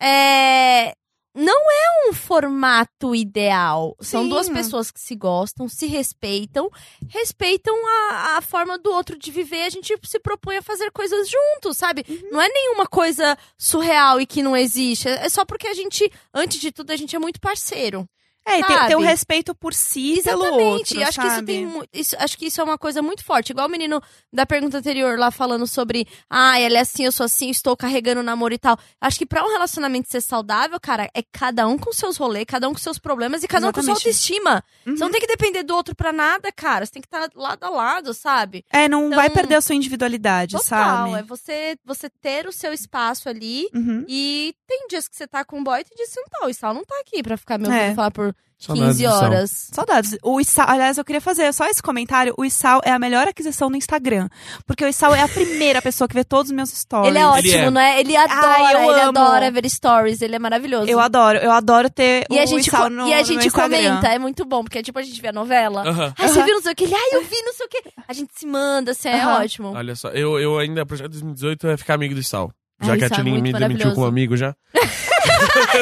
Speaker 2: É. Não é um formato ideal. São
Speaker 1: Sim.
Speaker 2: duas pessoas que se gostam, se respeitam, respeitam a, a forma do outro de viver. A gente se propõe a fazer coisas juntos, sabe?
Speaker 1: Uhum.
Speaker 2: Não é nenhuma coisa surreal e que não existe. É é só porque a gente, antes de tudo, a gente é muito parceiro.
Speaker 1: É, e tem, tem um
Speaker 2: sabe?
Speaker 1: respeito por si e pelo
Speaker 2: Exatamente.
Speaker 1: outro,
Speaker 2: acho que isso
Speaker 1: sabe?
Speaker 2: tem mu- isso- acho que isso é uma coisa muito forte. Igual o menino da pergunta anterior lá falando sobre, ah, ela é assim, eu sou assim, estou carregando o namoro e tal. Acho que pra um relacionamento ser saudável, cara, é cada um com seus rolês, cada um com seus problemas e cada um com sua
Speaker 1: Exatamente.
Speaker 2: autoestima.
Speaker 1: Uhum.
Speaker 2: Você não tem que depender do outro pra nada, cara. Você tem que estar lado a lado, sabe?
Speaker 1: É, não
Speaker 2: Então,
Speaker 1: vai perder a sua individualidade,
Speaker 2: Total,
Speaker 1: sabe?
Speaker 2: é você você ter o seu espaço ali.
Speaker 1: Uhum.
Speaker 2: E tem dias que você tá com boy e tem dias que você não tá. O Sal não tá aqui pra ficar me
Speaker 1: É.
Speaker 2: ouvindo falar por
Speaker 3: Saudades
Speaker 2: 15
Speaker 3: do Sal.
Speaker 2: horas.
Speaker 1: Saudades. O Issal, aliás, eu queria fazer só esse comentário. O Issal é a melhor aquisição no Instagram. Porque o Issal é a primeira pessoa que vê todos os meus stories.
Speaker 2: Ele é ótimo,
Speaker 3: Ele é.
Speaker 2: não é? Ele adora,
Speaker 1: eu
Speaker 2: ele
Speaker 1: amo.
Speaker 2: adora ver stories, ele é maravilhoso.
Speaker 1: Eu adoro, eu adoro ter
Speaker 2: e
Speaker 1: o
Speaker 2: a gente,
Speaker 1: Issal
Speaker 2: co-
Speaker 1: no
Speaker 2: e a
Speaker 1: no meu
Speaker 2: gente
Speaker 1: Instagram.
Speaker 2: comenta, é muito bom, porque tipo, a gente vê a novela.
Speaker 3: Aham.
Speaker 2: Ai, você
Speaker 1: Aham.
Speaker 2: viu não sei o que? Ele, ai, eu vi não sei o que. A gente se manda, assim, é
Speaker 1: Aham.
Speaker 2: ótimo.
Speaker 3: Olha só, eu, eu ainda, projeto 2018 é ficar amigo do Sal.
Speaker 2: Ai,
Speaker 3: Já que a
Speaker 2: Sal, é
Speaker 3: Tilin
Speaker 2: muito
Speaker 3: me demitiu
Speaker 2: maravilhoso.
Speaker 3: como amigo já.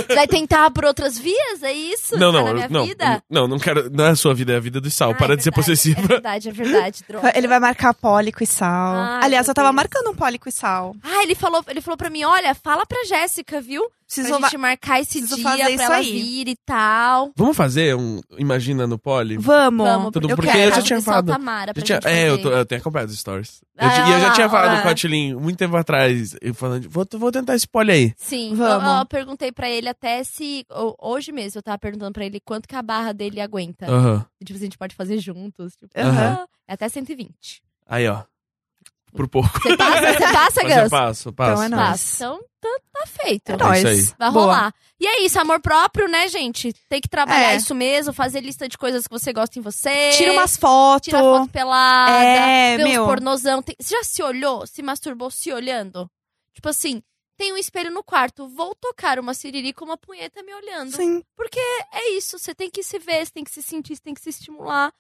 Speaker 2: Você vai tentar por outras vias, é isso?
Speaker 3: não,
Speaker 2: Tá
Speaker 3: não,
Speaker 2: na
Speaker 3: eu-
Speaker 2: minha
Speaker 3: não,
Speaker 2: vida?
Speaker 3: não, não quero. Não é a sua vida, é a vida do Sal.
Speaker 2: Ai,
Speaker 3: Para
Speaker 2: é
Speaker 3: de ser
Speaker 2: verdade,
Speaker 3: possessiva.
Speaker 2: É verdade, é verdade, droga.
Speaker 1: Ele vai marcar pole com o Issal.
Speaker 2: Ai,
Speaker 1: aliás,
Speaker 2: meu
Speaker 1: eu tava
Speaker 2: Deus.
Speaker 1: marcando um pole com o Issal.
Speaker 2: Ah, ele falou, ele falou pra mim, olha, fala pra Jéssica, viu? Pra
Speaker 1: Preciso
Speaker 2: gente marcar esse
Speaker 1: preciso
Speaker 2: dia,
Speaker 1: fazer
Speaker 2: pra
Speaker 1: isso
Speaker 2: ela
Speaker 1: aí.
Speaker 2: vir e tal.
Speaker 3: Vamos fazer um. Imagina no pole?
Speaker 1: Vamos.
Speaker 2: Vamos,
Speaker 3: tudo
Speaker 2: eu
Speaker 3: porque
Speaker 2: quero
Speaker 3: eu já
Speaker 2: casa do
Speaker 3: tinha
Speaker 2: Sol
Speaker 3: falado.
Speaker 2: Tamara pra
Speaker 3: Já tinha-
Speaker 2: gente
Speaker 3: é, eu,
Speaker 2: fazer.
Speaker 3: tô- eu tenho acompanhado os stories. Eu
Speaker 2: Ah,
Speaker 3: ti- e eu
Speaker 2: olha
Speaker 3: já
Speaker 2: lá,
Speaker 3: tinha
Speaker 2: olha
Speaker 3: falado
Speaker 2: lá.
Speaker 3: com a Tilin muito tempo atrás. Eu falando, vou, vou tentar esse pole aí.
Speaker 2: Sim,
Speaker 1: Vamos.
Speaker 2: Eu, eu perguntei pra ele até se. ho- Hoje mesmo eu tava perguntando pra ele quanto que a barra dele aguenta.
Speaker 3: Aham.
Speaker 2: Tipo, se a gente pode fazer juntos. Tipo,
Speaker 3: Aham.
Speaker 2: ah, é até 120.
Speaker 3: Aí, ó. Por pouco.
Speaker 2: Você passa, você passa,
Speaker 3: Mas eu
Speaker 2: Gus?
Speaker 3: passo, eu passo.
Speaker 1: Então
Speaker 3: né?
Speaker 1: é nóis.
Speaker 2: Passa. Então tá, tá feito.
Speaker 1: É
Speaker 3: nóis.
Speaker 1: nóis.
Speaker 3: aí.
Speaker 2: Vai
Speaker 1: Boa.
Speaker 2: rolar. E é isso, amor próprio, né, gente? Tem que trabalhar
Speaker 1: É.
Speaker 2: isso mesmo, fazer lista de coisas que você gosta em você.
Speaker 1: Tira umas fotos.
Speaker 2: Tira foto pelada,
Speaker 1: É,
Speaker 2: vê
Speaker 1: meu.
Speaker 2: uns pornozão. Tem- Você já se olhou, se masturbou se olhando? Tipo assim, tem um espelho no quarto, vou tocar uma siriri com uma punheta me olhando.
Speaker 1: Sim.
Speaker 2: é isso. Você tem que se ver, você tem que se sentir, você tem que se estimular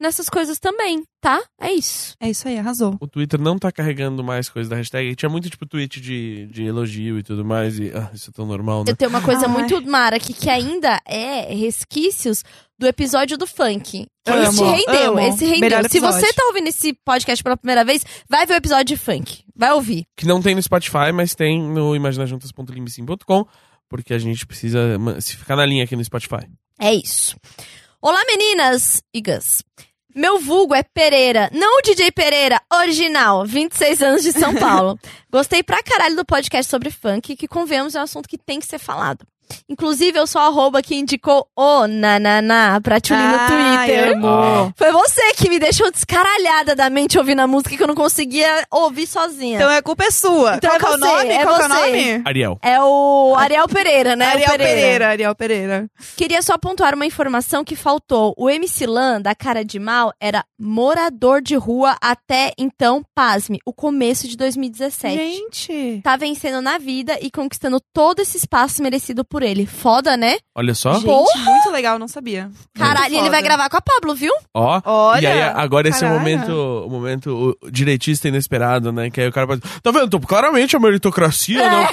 Speaker 2: nessas coisas também, tá? É isso.
Speaker 1: É isso aí, arrasou.
Speaker 3: O Twitter não tá carregando mais coisas da hashtag. E Tinha muito, tipo, tweet de, de elogio e tudo mais. E, ah, isso é tão normal, né?
Speaker 2: Eu tenho uma coisa
Speaker 1: Ai.
Speaker 2: muito mara aqui que ainda é resquícios do episódio do funk. Que
Speaker 1: Amo,
Speaker 2: esse rendeu,
Speaker 1: amo.
Speaker 2: esse rendeu.
Speaker 1: Melhor
Speaker 2: Se
Speaker 1: episódio.
Speaker 2: você tá ouvindo esse podcast pela primeira vez, vai ver o episódio de funk. Vai ouvir.
Speaker 3: Que não tem no Spotify, mas tem no imaginajuntas.limicim.com. Porque a gente precisa ma- se ficar na linha aqui no Spotify.
Speaker 2: É isso. Olá, meninas e Gus. Meu vulgo é Pereira, não o DJ Pereira, original, 26 anos de São Paulo. Gostei pra caralho do podcast sobre funk, que convenhamos é um assunto que tem que ser falado. Inclusive, eu sou a arroba que indicou o Nananá pra Tchuli no Twitter.
Speaker 1: Ai,
Speaker 3: Ah,
Speaker 1: amo.
Speaker 2: Foi você que me deixou descaralhada da mente ouvindo a música que eu não conseguia ouvir sozinha.
Speaker 1: Então a culpa é sua.
Speaker 2: Então
Speaker 1: Qual
Speaker 2: é
Speaker 1: que é o
Speaker 2: você,
Speaker 1: nome?
Speaker 2: é
Speaker 1: Qual que é o
Speaker 2: você.
Speaker 1: nome?
Speaker 3: Ariel.
Speaker 2: É o Ariel Pereira, né? O
Speaker 1: Ariel Pereira, Ariel Pereira.
Speaker 2: Queria só pontuar uma informação que faltou. O MC Lan, da Cara de Mal, era morador de rua até então, pasme, o começo de 2017.
Speaker 1: Gente.
Speaker 2: Tá vencendo na vida e conquistando todo esse espaço merecido por ele. Foda, né?
Speaker 3: Olha só.
Speaker 1: Gente,
Speaker 2: Porra!
Speaker 1: muito legal, não sabia.
Speaker 2: Caralho, ele
Speaker 1: foda.
Speaker 2: vai gravar com a Pablo, viu?
Speaker 3: Ó.
Speaker 1: Olha.
Speaker 3: e aí, agora esse é o
Speaker 1: caralho.
Speaker 3: momento, o momento o direitista inesperado, né? Que aí o cara pode. Tá vendo? Tô- claramente a meritocracia, né? O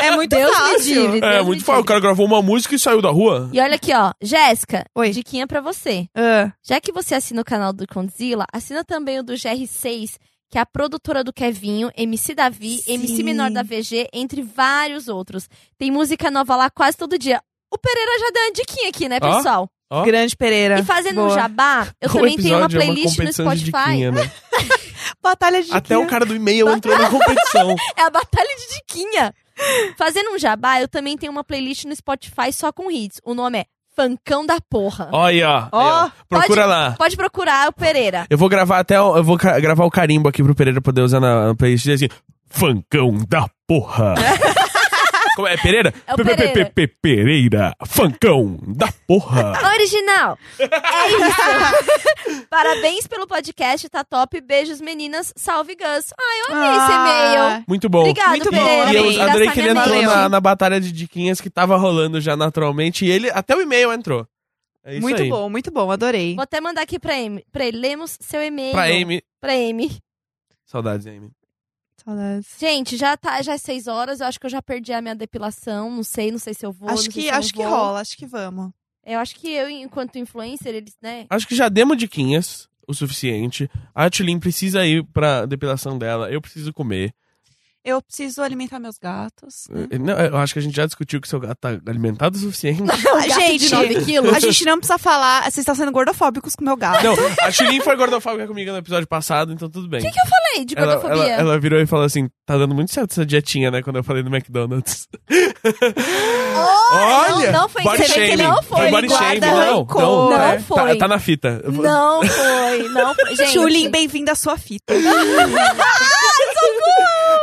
Speaker 1: É muito
Speaker 2: Deus me
Speaker 1: fácil.
Speaker 2: livre. Deus
Speaker 3: é,
Speaker 2: me
Speaker 3: muito fácil. O
Speaker 2: livre.
Speaker 3: cara gravou uma música e saiu da rua.
Speaker 2: E olha aqui, ó. Jéssica,
Speaker 1: Oi.
Speaker 2: diquinha pra você.
Speaker 1: Ah,
Speaker 2: Já que você assina o canal do Condzilla, assina também o do GR6, que é a produtora do Kevinho, MC Davi,
Speaker 1: Sim.
Speaker 2: MC Menor da VG, entre vários outros. Tem música nova lá quase todo dia. O Pereira já deu uma diquinha aqui, né,
Speaker 3: Ó.
Speaker 2: pessoal?
Speaker 3: Ó.
Speaker 1: Grande Pereira.
Speaker 2: E fazendo um
Speaker 1: É, Boa.
Speaker 2: jabá, eu
Speaker 3: O
Speaker 2: também tenho uma
Speaker 3: episódio é
Speaker 2: playlist no
Speaker 3: competição de
Speaker 2: Spotify.
Speaker 3: diquinha, né?
Speaker 1: Batalha de
Speaker 3: Até o
Speaker 1: diquinha.
Speaker 3: cara do e-mail entrou na competição.
Speaker 2: É a batalha de diquinha. Fazendo um jabá, eu também tenho uma playlist no Spotify só com hits. O nome é Fancão da Porra.
Speaker 3: Ó, aí, ó.
Speaker 1: Ó,
Speaker 3: Aí, ó. Procura lá.
Speaker 2: Pode procurar o Pereira.
Speaker 3: Eu vou gravar até. o- Eu vou ca- gravar o carimbo aqui pro Pereira poder usar na, na playlist assim. Fancão da porra! Como é? Pereira?
Speaker 2: É o
Speaker 3: Pe- pe- pe-
Speaker 2: Pereira.
Speaker 3: pe- Pereira! Fancão da porra!
Speaker 2: Original! É isso! Parabéns pelo podcast, tá top. Beijos, meninas. Salve, Gus. Ai, eu amei esse e-mail.
Speaker 1: Ah,
Speaker 3: Muito bom.
Speaker 2: Obrigada,
Speaker 1: muito bom.
Speaker 2: Pereira. é
Speaker 1: amei.
Speaker 3: E eu adorei
Speaker 2: Gastar
Speaker 3: que ele
Speaker 2: minha
Speaker 3: entrou
Speaker 1: mente.
Speaker 3: na, na batalha de diquinhas que tava rolando já naturalmente. E ele, até o e-mail entrou. É isso
Speaker 1: Muito
Speaker 3: aí.
Speaker 1: bom, muito bom, adorei.
Speaker 2: Vou até mandar aqui pra, Amy, pra ele. Lemos seu e-mail.
Speaker 3: Pra Amy.
Speaker 2: Pra Amy.
Speaker 3: Saudades, Amy.
Speaker 1: Saudades.
Speaker 2: Gente, já, tá, já é seis horas. Eu acho que eu já perdi a minha depilação. Não sei, não sei se eu vou.
Speaker 1: acho
Speaker 2: não sei
Speaker 1: que,
Speaker 2: se eu não
Speaker 1: acho que
Speaker 2: vou.
Speaker 1: rola, acho que vamos.
Speaker 2: Eu acho que eu, enquanto influencer, eles, né?
Speaker 3: Acho que já demos diquinhas o suficiente. A Tulin precisa ir pra depilação dela. Eu preciso comer.
Speaker 1: Eu preciso alimentar meus gatos. né?
Speaker 3: É, Não, eu acho que a gente já discutiu que seu gato tá alimentado o suficiente.
Speaker 2: Um gato de
Speaker 1: gente,
Speaker 2: nove quilos.
Speaker 1: a gente não precisa falar. Vocês estão sendo gordofóbicos com o meu gato.
Speaker 3: Não, a Chilin foi gordofóbica comigo no episódio passado, então tudo bem. O que, eu
Speaker 2: Falei de
Speaker 3: ela,
Speaker 2: é gordofobia.
Speaker 3: ela, ela virou e falou assim: tá dando muito certo essa dietinha, né? Quando eu falei do McDonald's. Olha!
Speaker 2: não, não foi-
Speaker 3: body
Speaker 2: você vê que
Speaker 3: shaming.
Speaker 2: não foi,
Speaker 3: Foi body
Speaker 2: ele guarda
Speaker 3: shaming,
Speaker 1: lá em
Speaker 3: não.
Speaker 1: cor.
Speaker 3: Não,
Speaker 2: Não
Speaker 3: é,
Speaker 2: foi.
Speaker 3: Tá, tá na fita.
Speaker 2: Não foi, não foi. Gente,
Speaker 1: Julin, bem-vinda à sua fita.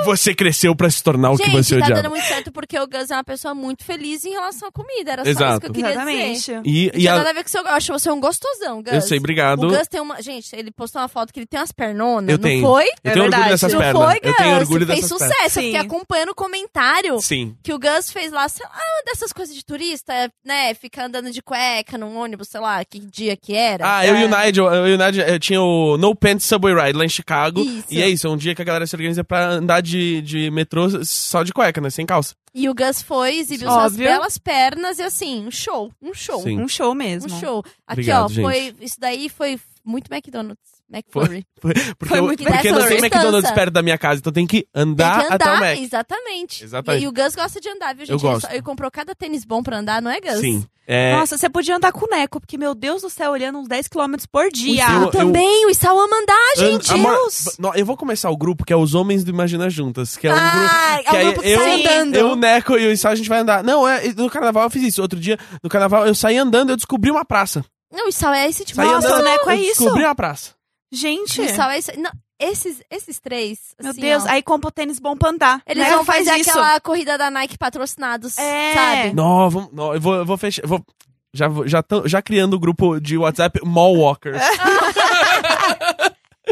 Speaker 3: Você cresceu pra se tornar o
Speaker 2: gente,
Speaker 3: que você
Speaker 2: tá
Speaker 3: odiava.
Speaker 2: dando muito certo porque o Gus é uma pessoa muito feliz em relação à comida. Era só isso
Speaker 3: Exato.
Speaker 2: que eu queria dizer.
Speaker 1: Exatamente.
Speaker 3: E, e
Speaker 2: Tinha
Speaker 3: a-
Speaker 2: nada a ver com o seu. Eu acho você um gostosão, Gus.
Speaker 3: eu sei,
Speaker 2: O
Speaker 3: obrigado.
Speaker 2: Gus tem uma. Gente, ele postou uma foto que ele tem umas pernonas.
Speaker 3: Eu
Speaker 2: não
Speaker 3: tenho. Eu
Speaker 2: foi?
Speaker 1: É
Speaker 3: tenho orgulho
Speaker 1: verdade.
Speaker 3: dessas
Speaker 2: não
Speaker 3: pernas.
Speaker 2: foi, Gus?
Speaker 3: eu tenho orgulho
Speaker 2: Fez
Speaker 3: dessas
Speaker 2: sucesso.
Speaker 3: pernas.
Speaker 2: Eu fiquei
Speaker 1: Sim.
Speaker 2: acompanhando o comentário
Speaker 3: Sim.
Speaker 2: que o Gus fez lá. Sei lá, uma dessas coisas de turista, é, né? Ficar andando de cueca num ônibus, sei lá, que dia que era.
Speaker 3: Ah, eu
Speaker 2: É.
Speaker 3: e o Nigel, eu e o Nigel, eu tinha o No Pants Subway Ride lá em Chicago.
Speaker 2: Isso.
Speaker 3: E é isso, é um dia que a galera se organiza pra andar de, de metrô só de cueca, né? Sem calça.
Speaker 2: E o Gus foi, exibiu suas
Speaker 1: Óbvio.
Speaker 2: belas pernas e assim, um show, um show.
Speaker 3: Sim.
Speaker 1: Um show
Speaker 2: Um
Speaker 1: mesmo.
Speaker 2: show. Aqui,
Speaker 3: Obrigado,
Speaker 2: ó, foi.
Speaker 3: gente.
Speaker 2: Isso daí foi muito McDonald's. McFlurry.
Speaker 3: Porque,
Speaker 1: Foi
Speaker 3: eu-
Speaker 1: muito
Speaker 3: porque não
Speaker 1: dessa
Speaker 3: tem McDonald's
Speaker 2: distância.
Speaker 3: perto da minha casa, então tem que
Speaker 2: Tem
Speaker 3: andar,
Speaker 2: que
Speaker 3: até o
Speaker 2: andar,
Speaker 3: Mac.
Speaker 2: exatamente.
Speaker 3: Exatamente.
Speaker 2: E, e o Gus gosta de andar, viu, gente?
Speaker 3: Eu
Speaker 2: Ele
Speaker 3: gosto.
Speaker 2: só- Ele comprou cada tênis bom pra andar, não é, Gus?
Speaker 3: Sim. É,
Speaker 1: Nossa, você podia andar com o Neco, porque, meu Deus do céu, olhando uns 10km por dia.
Speaker 3: Ui, eu-
Speaker 2: Também, o Isau ama andar,
Speaker 3: an-
Speaker 2: gente.
Speaker 3: amor,
Speaker 1: Deus!
Speaker 3: no- eu vou começar o grupo que é os homens do Imagina Juntas, que é um
Speaker 1: Ah,
Speaker 3: grupo
Speaker 2: Ai, é
Speaker 3: que
Speaker 2: o
Speaker 3: aí
Speaker 2: grupo que
Speaker 3: eu-
Speaker 2: sai andando.
Speaker 3: Eu, o Neco e o Issa, a gente vai andar. Não, é, no carnaval eu fiz isso. Outro dia, no carnaval, eu saí andando, eu descobri uma praça.
Speaker 2: Não, o Isau é esse tipo.
Speaker 3: Saí
Speaker 1: Nossa,
Speaker 3: andando,
Speaker 1: o Neco é
Speaker 3: eu
Speaker 1: isso.
Speaker 3: Descobri uma praça.
Speaker 1: Gente,
Speaker 2: O Isau é esse. Não, esses, esses três.
Speaker 1: meu
Speaker 2: assim,
Speaker 1: Deus,
Speaker 2: ó,
Speaker 1: aí compra o tênis bom pra andar.
Speaker 2: Eles
Speaker 1: Neco
Speaker 2: vão
Speaker 1: faz
Speaker 2: fazer
Speaker 1: isso.
Speaker 2: aquela corrida da Nike patrocinados,
Speaker 1: É.
Speaker 2: sabe?
Speaker 3: Não, vamos, não, eu vou, eu vou fechar. eu vou- já, vou- já, tô- já criando o grupo de WhatsApp Mall Walkers.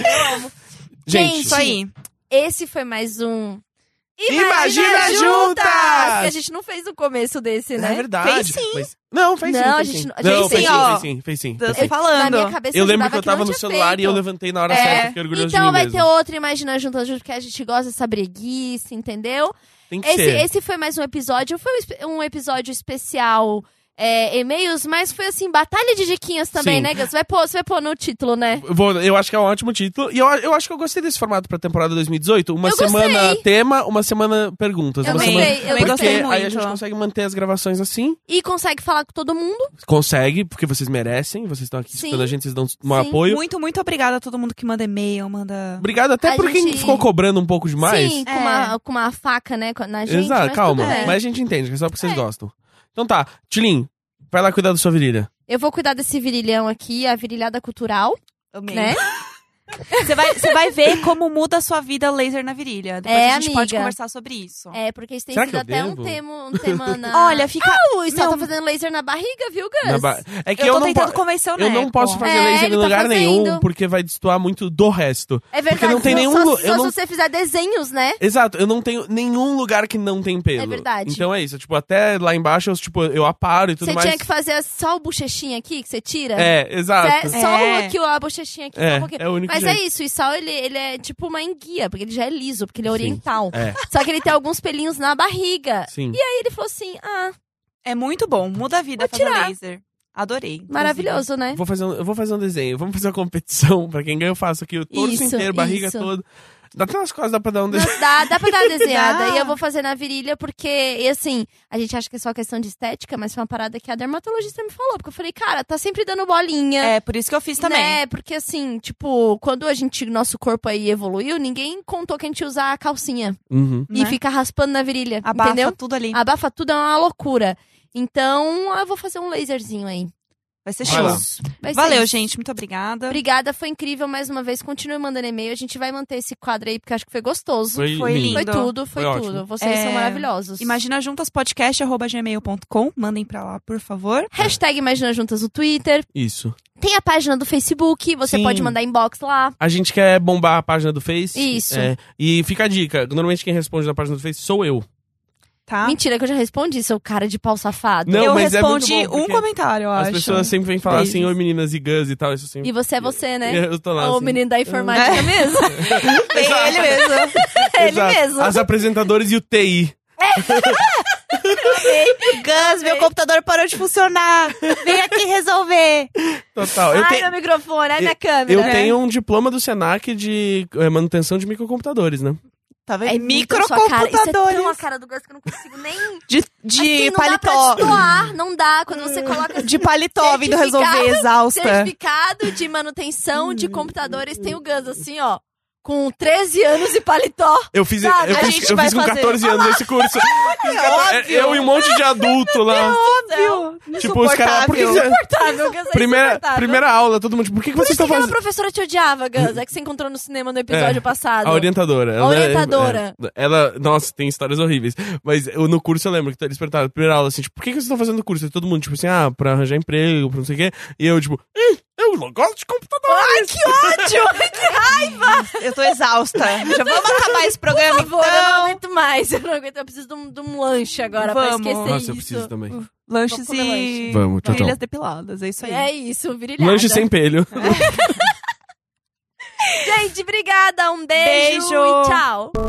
Speaker 2: Gente,
Speaker 3: Gente,
Speaker 1: Isso aí.
Speaker 2: Esse foi mais um.
Speaker 3: Imagina Juntas!
Speaker 2: Juntas! Que a gente não fez no começo desse,
Speaker 3: é
Speaker 2: né?
Speaker 3: verdade.
Speaker 1: Fez sim.
Speaker 3: Mas- não, fez sim.
Speaker 2: Não,
Speaker 3: fez
Speaker 2: a gente
Speaker 3: sim.
Speaker 2: não- a
Speaker 3: não
Speaker 2: gente
Speaker 3: fez
Speaker 1: sim, ó.
Speaker 3: fez sim, fez sim.
Speaker 1: Eu
Speaker 3: Fez
Speaker 1: tô
Speaker 3: sim.
Speaker 2: Na
Speaker 1: falando.
Speaker 2: minha cabeça
Speaker 3: Eu lembro que
Speaker 2: jurava
Speaker 3: eu tava
Speaker 2: não
Speaker 3: no
Speaker 2: tinha
Speaker 3: celular e
Speaker 2: feito.
Speaker 3: eu levantei na hora
Speaker 1: É.
Speaker 3: certa, fiquei orgulhoso de
Speaker 2: Então
Speaker 3: mim
Speaker 2: vai
Speaker 3: mesmo.
Speaker 2: ter outra Imagina Juntas Juntas, porque a gente gosta dessa breguice, entendeu?
Speaker 3: Tem que
Speaker 2: Esse,
Speaker 3: ser.
Speaker 2: esse foi mais um episódio. Foi um espe- um episódio especial é, e-mails, mas foi assim, batalha de diquinhas também,
Speaker 3: Sim.
Speaker 2: né, Gus? Vai pôr, você vai pôr no título, né?
Speaker 3: Eu vou- eu acho que é um ótimo título. E eu, eu acho que eu gostei desse formato pra temporada 2018. Uma
Speaker 2: Eu
Speaker 3: semana
Speaker 2: gostei.
Speaker 3: tema, uma semana perguntas.
Speaker 2: Eu
Speaker 3: uma
Speaker 1: também.
Speaker 3: semana...
Speaker 2: gostei, eu
Speaker 1: Também
Speaker 3: é Porque
Speaker 1: gostei
Speaker 2: gostei.
Speaker 1: muito.
Speaker 3: aí a gente consegue manter as gravações assim.
Speaker 2: E consegue falar com todo mundo.
Speaker 3: Consegue, porque vocês merecem. Vocês estão aqui
Speaker 2: Sim.
Speaker 3: escutando a gente, vocês dão um
Speaker 2: Sim.
Speaker 3: apoio.
Speaker 1: Muito, muito obrigada a todo mundo que manda e-mail, manda.
Speaker 3: Obrigado até
Speaker 2: A
Speaker 3: por quem
Speaker 2: gente-
Speaker 3: ficou cobrando um pouco demais.
Speaker 2: Sim, com,
Speaker 1: É.
Speaker 2: uma, com uma faca, né, com- na gente.
Speaker 3: Exato,
Speaker 2: mas
Speaker 3: calma.
Speaker 2: tudo bem.
Speaker 3: Mas a gente entende, que é só porque vocês gostam. Então tá, Tilin, vai lá cuidar da sua virilha.
Speaker 2: Eu vou cuidar desse virilhão aqui, a virilhada cultural,
Speaker 1: Amei.
Speaker 2: né?
Speaker 1: Você vai, você vai ver como muda a sua vida laser na virilha. Depois
Speaker 2: É,
Speaker 1: a gente pode
Speaker 2: amiga.
Speaker 1: conversar sobre isso.
Speaker 2: É, porque isso tem
Speaker 3: Será
Speaker 2: sido
Speaker 3: que eu
Speaker 2: até um,
Speaker 3: devo?
Speaker 2: tema, um tema na...
Speaker 1: Olha, fica.
Speaker 2: Lu, você
Speaker 1: não.
Speaker 2: tá fazendo laser na barriga, viu, Gus?
Speaker 3: Na ba- É que
Speaker 1: eu,
Speaker 3: Ah, eu,
Speaker 1: tô
Speaker 3: não,
Speaker 1: tentando
Speaker 3: po-
Speaker 1: convencer o
Speaker 3: eu não
Speaker 1: Neco.
Speaker 3: posso fazer
Speaker 2: É,
Speaker 3: laser em
Speaker 2: ele tá
Speaker 3: lugar nenhum,
Speaker 2: fazendo.
Speaker 3: porque vai destoar muito do resto.
Speaker 2: É verdade,
Speaker 3: Porque não tem
Speaker 2: só-
Speaker 3: nenhum
Speaker 2: só,
Speaker 3: lu- eu
Speaker 2: só se
Speaker 3: não-
Speaker 2: você fizer desenhos, né?
Speaker 3: Exato, eu não tenho nenhum lugar que não tem pelo.
Speaker 2: É verdade.
Speaker 3: Então é isso, tipo, até lá embaixo eu, tipo, eu aparo e tudo
Speaker 2: Você
Speaker 3: mais.
Speaker 2: tinha que fazer só o bochechinha aqui, que você tira.
Speaker 3: É, exato.
Speaker 2: Cê- Só
Speaker 1: É.
Speaker 2: o aqui, ó, a bochechinha aqui.
Speaker 3: É,
Speaker 2: só um pouquinho.
Speaker 3: é o único
Speaker 2: Mas
Speaker 3: jeito.
Speaker 2: é isso, o sal ele, ele é tipo uma enguia, porque ele já é liso, porque ele é
Speaker 3: Sim.
Speaker 2: oriental.
Speaker 3: É.
Speaker 2: Só que ele tem alguns pelinhos na barriga.
Speaker 3: Sim.
Speaker 2: Aí ele falou assim: ah,
Speaker 1: É muito bom, muda a vida fazer laser. Adorei. inclusive.
Speaker 2: maravilhoso, né?
Speaker 3: Vou fazer um, eu vou fazer um desenho, vamos fazer uma competição. Pra quem ganha, eu faço aqui o torso
Speaker 2: Isso,
Speaker 3: inteiro, barriga
Speaker 2: isso.
Speaker 3: toda. Dá até umas costas dá pra dar um desenho.
Speaker 2: Mas dá, dá pra dar uma desenhada.
Speaker 1: Dá.
Speaker 2: E eu vou fazer na virilha, porque, e assim, a gente acha que é só questão de estética, mas foi uma parada que a dermatologista me falou. Porque eu falei, cara, tá sempre dando bolinha.
Speaker 1: É, por isso que eu fiz também.
Speaker 2: Né? Porque assim, tipo, quando a gente, nosso corpo aí evoluiu, ninguém contou que a gente ia usar a calcinha
Speaker 3: Uhum.
Speaker 1: Né?
Speaker 2: e ficar raspando na virilha,
Speaker 1: Abafa
Speaker 2: entendeu?
Speaker 1: tudo ali.
Speaker 2: Abafa tudo é uma loucura. Então, eu vou fazer um laserzinho aí.
Speaker 1: Vai ser
Speaker 3: Vai
Speaker 1: show.
Speaker 3: lá.
Speaker 2: Vai ser
Speaker 1: Valeu,
Speaker 2: É isso.
Speaker 1: gente. Muito obrigada.
Speaker 2: Obrigada, foi incrível mais uma vez. Continue mandando e-mail. A gente vai manter esse quadro aí, porque eu acho que foi gostoso.
Speaker 3: Foi,
Speaker 1: Foi
Speaker 3: lindo.
Speaker 1: lindo.
Speaker 2: Foi tudo, foi,
Speaker 3: Foi
Speaker 2: tudo.
Speaker 3: ótimo.
Speaker 2: Vocês
Speaker 1: É,
Speaker 2: são maravilhosos.
Speaker 1: Imagina juntas podcast@gmail.com, mandem pra lá, por favor.
Speaker 2: Hashtag Imagina Juntas no Twitter.
Speaker 3: Isso.
Speaker 2: Tem a página do Facebook, você
Speaker 3: Sim.
Speaker 2: pode mandar inbox lá.
Speaker 3: A gente quer bombar a página do Face.
Speaker 2: Isso.
Speaker 3: É, e fica a dica: normalmente quem responde na página do Face sou eu.
Speaker 1: Tá?
Speaker 2: Mentira, que eu já respondi, seu cara de pau safado.
Speaker 3: Não,
Speaker 1: eu
Speaker 3: mas é muito
Speaker 1: respondi
Speaker 3: bom, porque
Speaker 1: um comentário, eu
Speaker 3: As
Speaker 1: acho.
Speaker 3: pessoas sempre vêm falar assim:
Speaker 1: Beijos.
Speaker 3: oi meninas e gans e tal. Isso sempre.
Speaker 2: E você é você, né?
Speaker 3: Eu tô lá.
Speaker 2: O
Speaker 3: assim.
Speaker 2: menino da informática
Speaker 1: É.
Speaker 2: mesmo.
Speaker 1: É ele mesmo.
Speaker 2: ele
Speaker 3: Exato.
Speaker 2: mesmo.
Speaker 3: As apresentadoras e o TI.
Speaker 1: Gus, meu computador parou de funcionar. Vem aqui resolver.
Speaker 3: Total. Eu,
Speaker 2: ai,
Speaker 3: tenho-
Speaker 2: meu né? microfone, ai, minha câmera.
Speaker 3: eu tenho um diploma do Senac de é, manutenção de microcomputadores, né?
Speaker 1: Tá vendo?
Speaker 2: É muito a sua cara. Isso é tão a cara do Gus que eu não consigo nem...
Speaker 1: De,
Speaker 2: Assim,
Speaker 1: de
Speaker 2: não dá pra
Speaker 1: paletó.
Speaker 2: destoar, não dá. Quando você coloca
Speaker 1: De paletó vindo resolver
Speaker 2: Certificado-
Speaker 1: exausta.
Speaker 2: certificado de manutenção de computadores, tem o Gus assim, ó. Com 13 anos e paletó.
Speaker 3: Eu fiz, eu
Speaker 1: Sabe, a
Speaker 3: fiz,
Speaker 1: gente
Speaker 3: eu
Speaker 1: vai
Speaker 3: fiz com
Speaker 1: fazer.
Speaker 3: 14 anos esse curso. Fiz 14
Speaker 1: óbvio.
Speaker 3: eu e um monte de adulto lá.
Speaker 1: Viu?
Speaker 3: Tipo, os caras. Por que
Speaker 1: Insuportável.
Speaker 3: você-
Speaker 2: Insuportável, Gus, é
Speaker 3: Primeira,
Speaker 2: insuportável.
Speaker 3: primeira aula, todo mundo. Tipo, por que, que vocês
Speaker 2: Por isso que
Speaker 3: estão
Speaker 2: aquela
Speaker 3: fazendo?
Speaker 2: professora te odiava, Gus. É que você encontrou no cinema no episódio
Speaker 3: É,
Speaker 2: passado.
Speaker 3: A orientadora. ela-
Speaker 2: orientadora.
Speaker 3: é, ela, nossa, tem histórias horríveis. Mas eu, no curso eu lembro que eles perguntaram, primeira aula, assim, tipo, por que, que vocês estão fazendo o curso? E todo mundo, tipo assim, ah, pra arranjar emprego, pra não sei o quê. E eu, tipo, "Ih, eu não gosto de computador. Ai, que
Speaker 1: Eu tô exausta. Já vamos acabar esse programa,
Speaker 2: Por favor, eu não
Speaker 1: então.
Speaker 2: aguento mais. Eu não aguento. Eu preciso de um, de um lanche agora
Speaker 1: Vamos.
Speaker 2: pra esquecer
Speaker 3: Nossa,
Speaker 2: isso.
Speaker 3: eu preciso também.
Speaker 1: Lanches
Speaker 2: Vamos comer
Speaker 1: e
Speaker 3: Vamos, tchau, tchau.
Speaker 1: trilhas depiladas, é isso aí.
Speaker 2: É isso, virilhada.
Speaker 3: Lanche sem pelho.
Speaker 2: Gente, obrigada. Um beijo,
Speaker 1: Beijo.
Speaker 2: e tchau.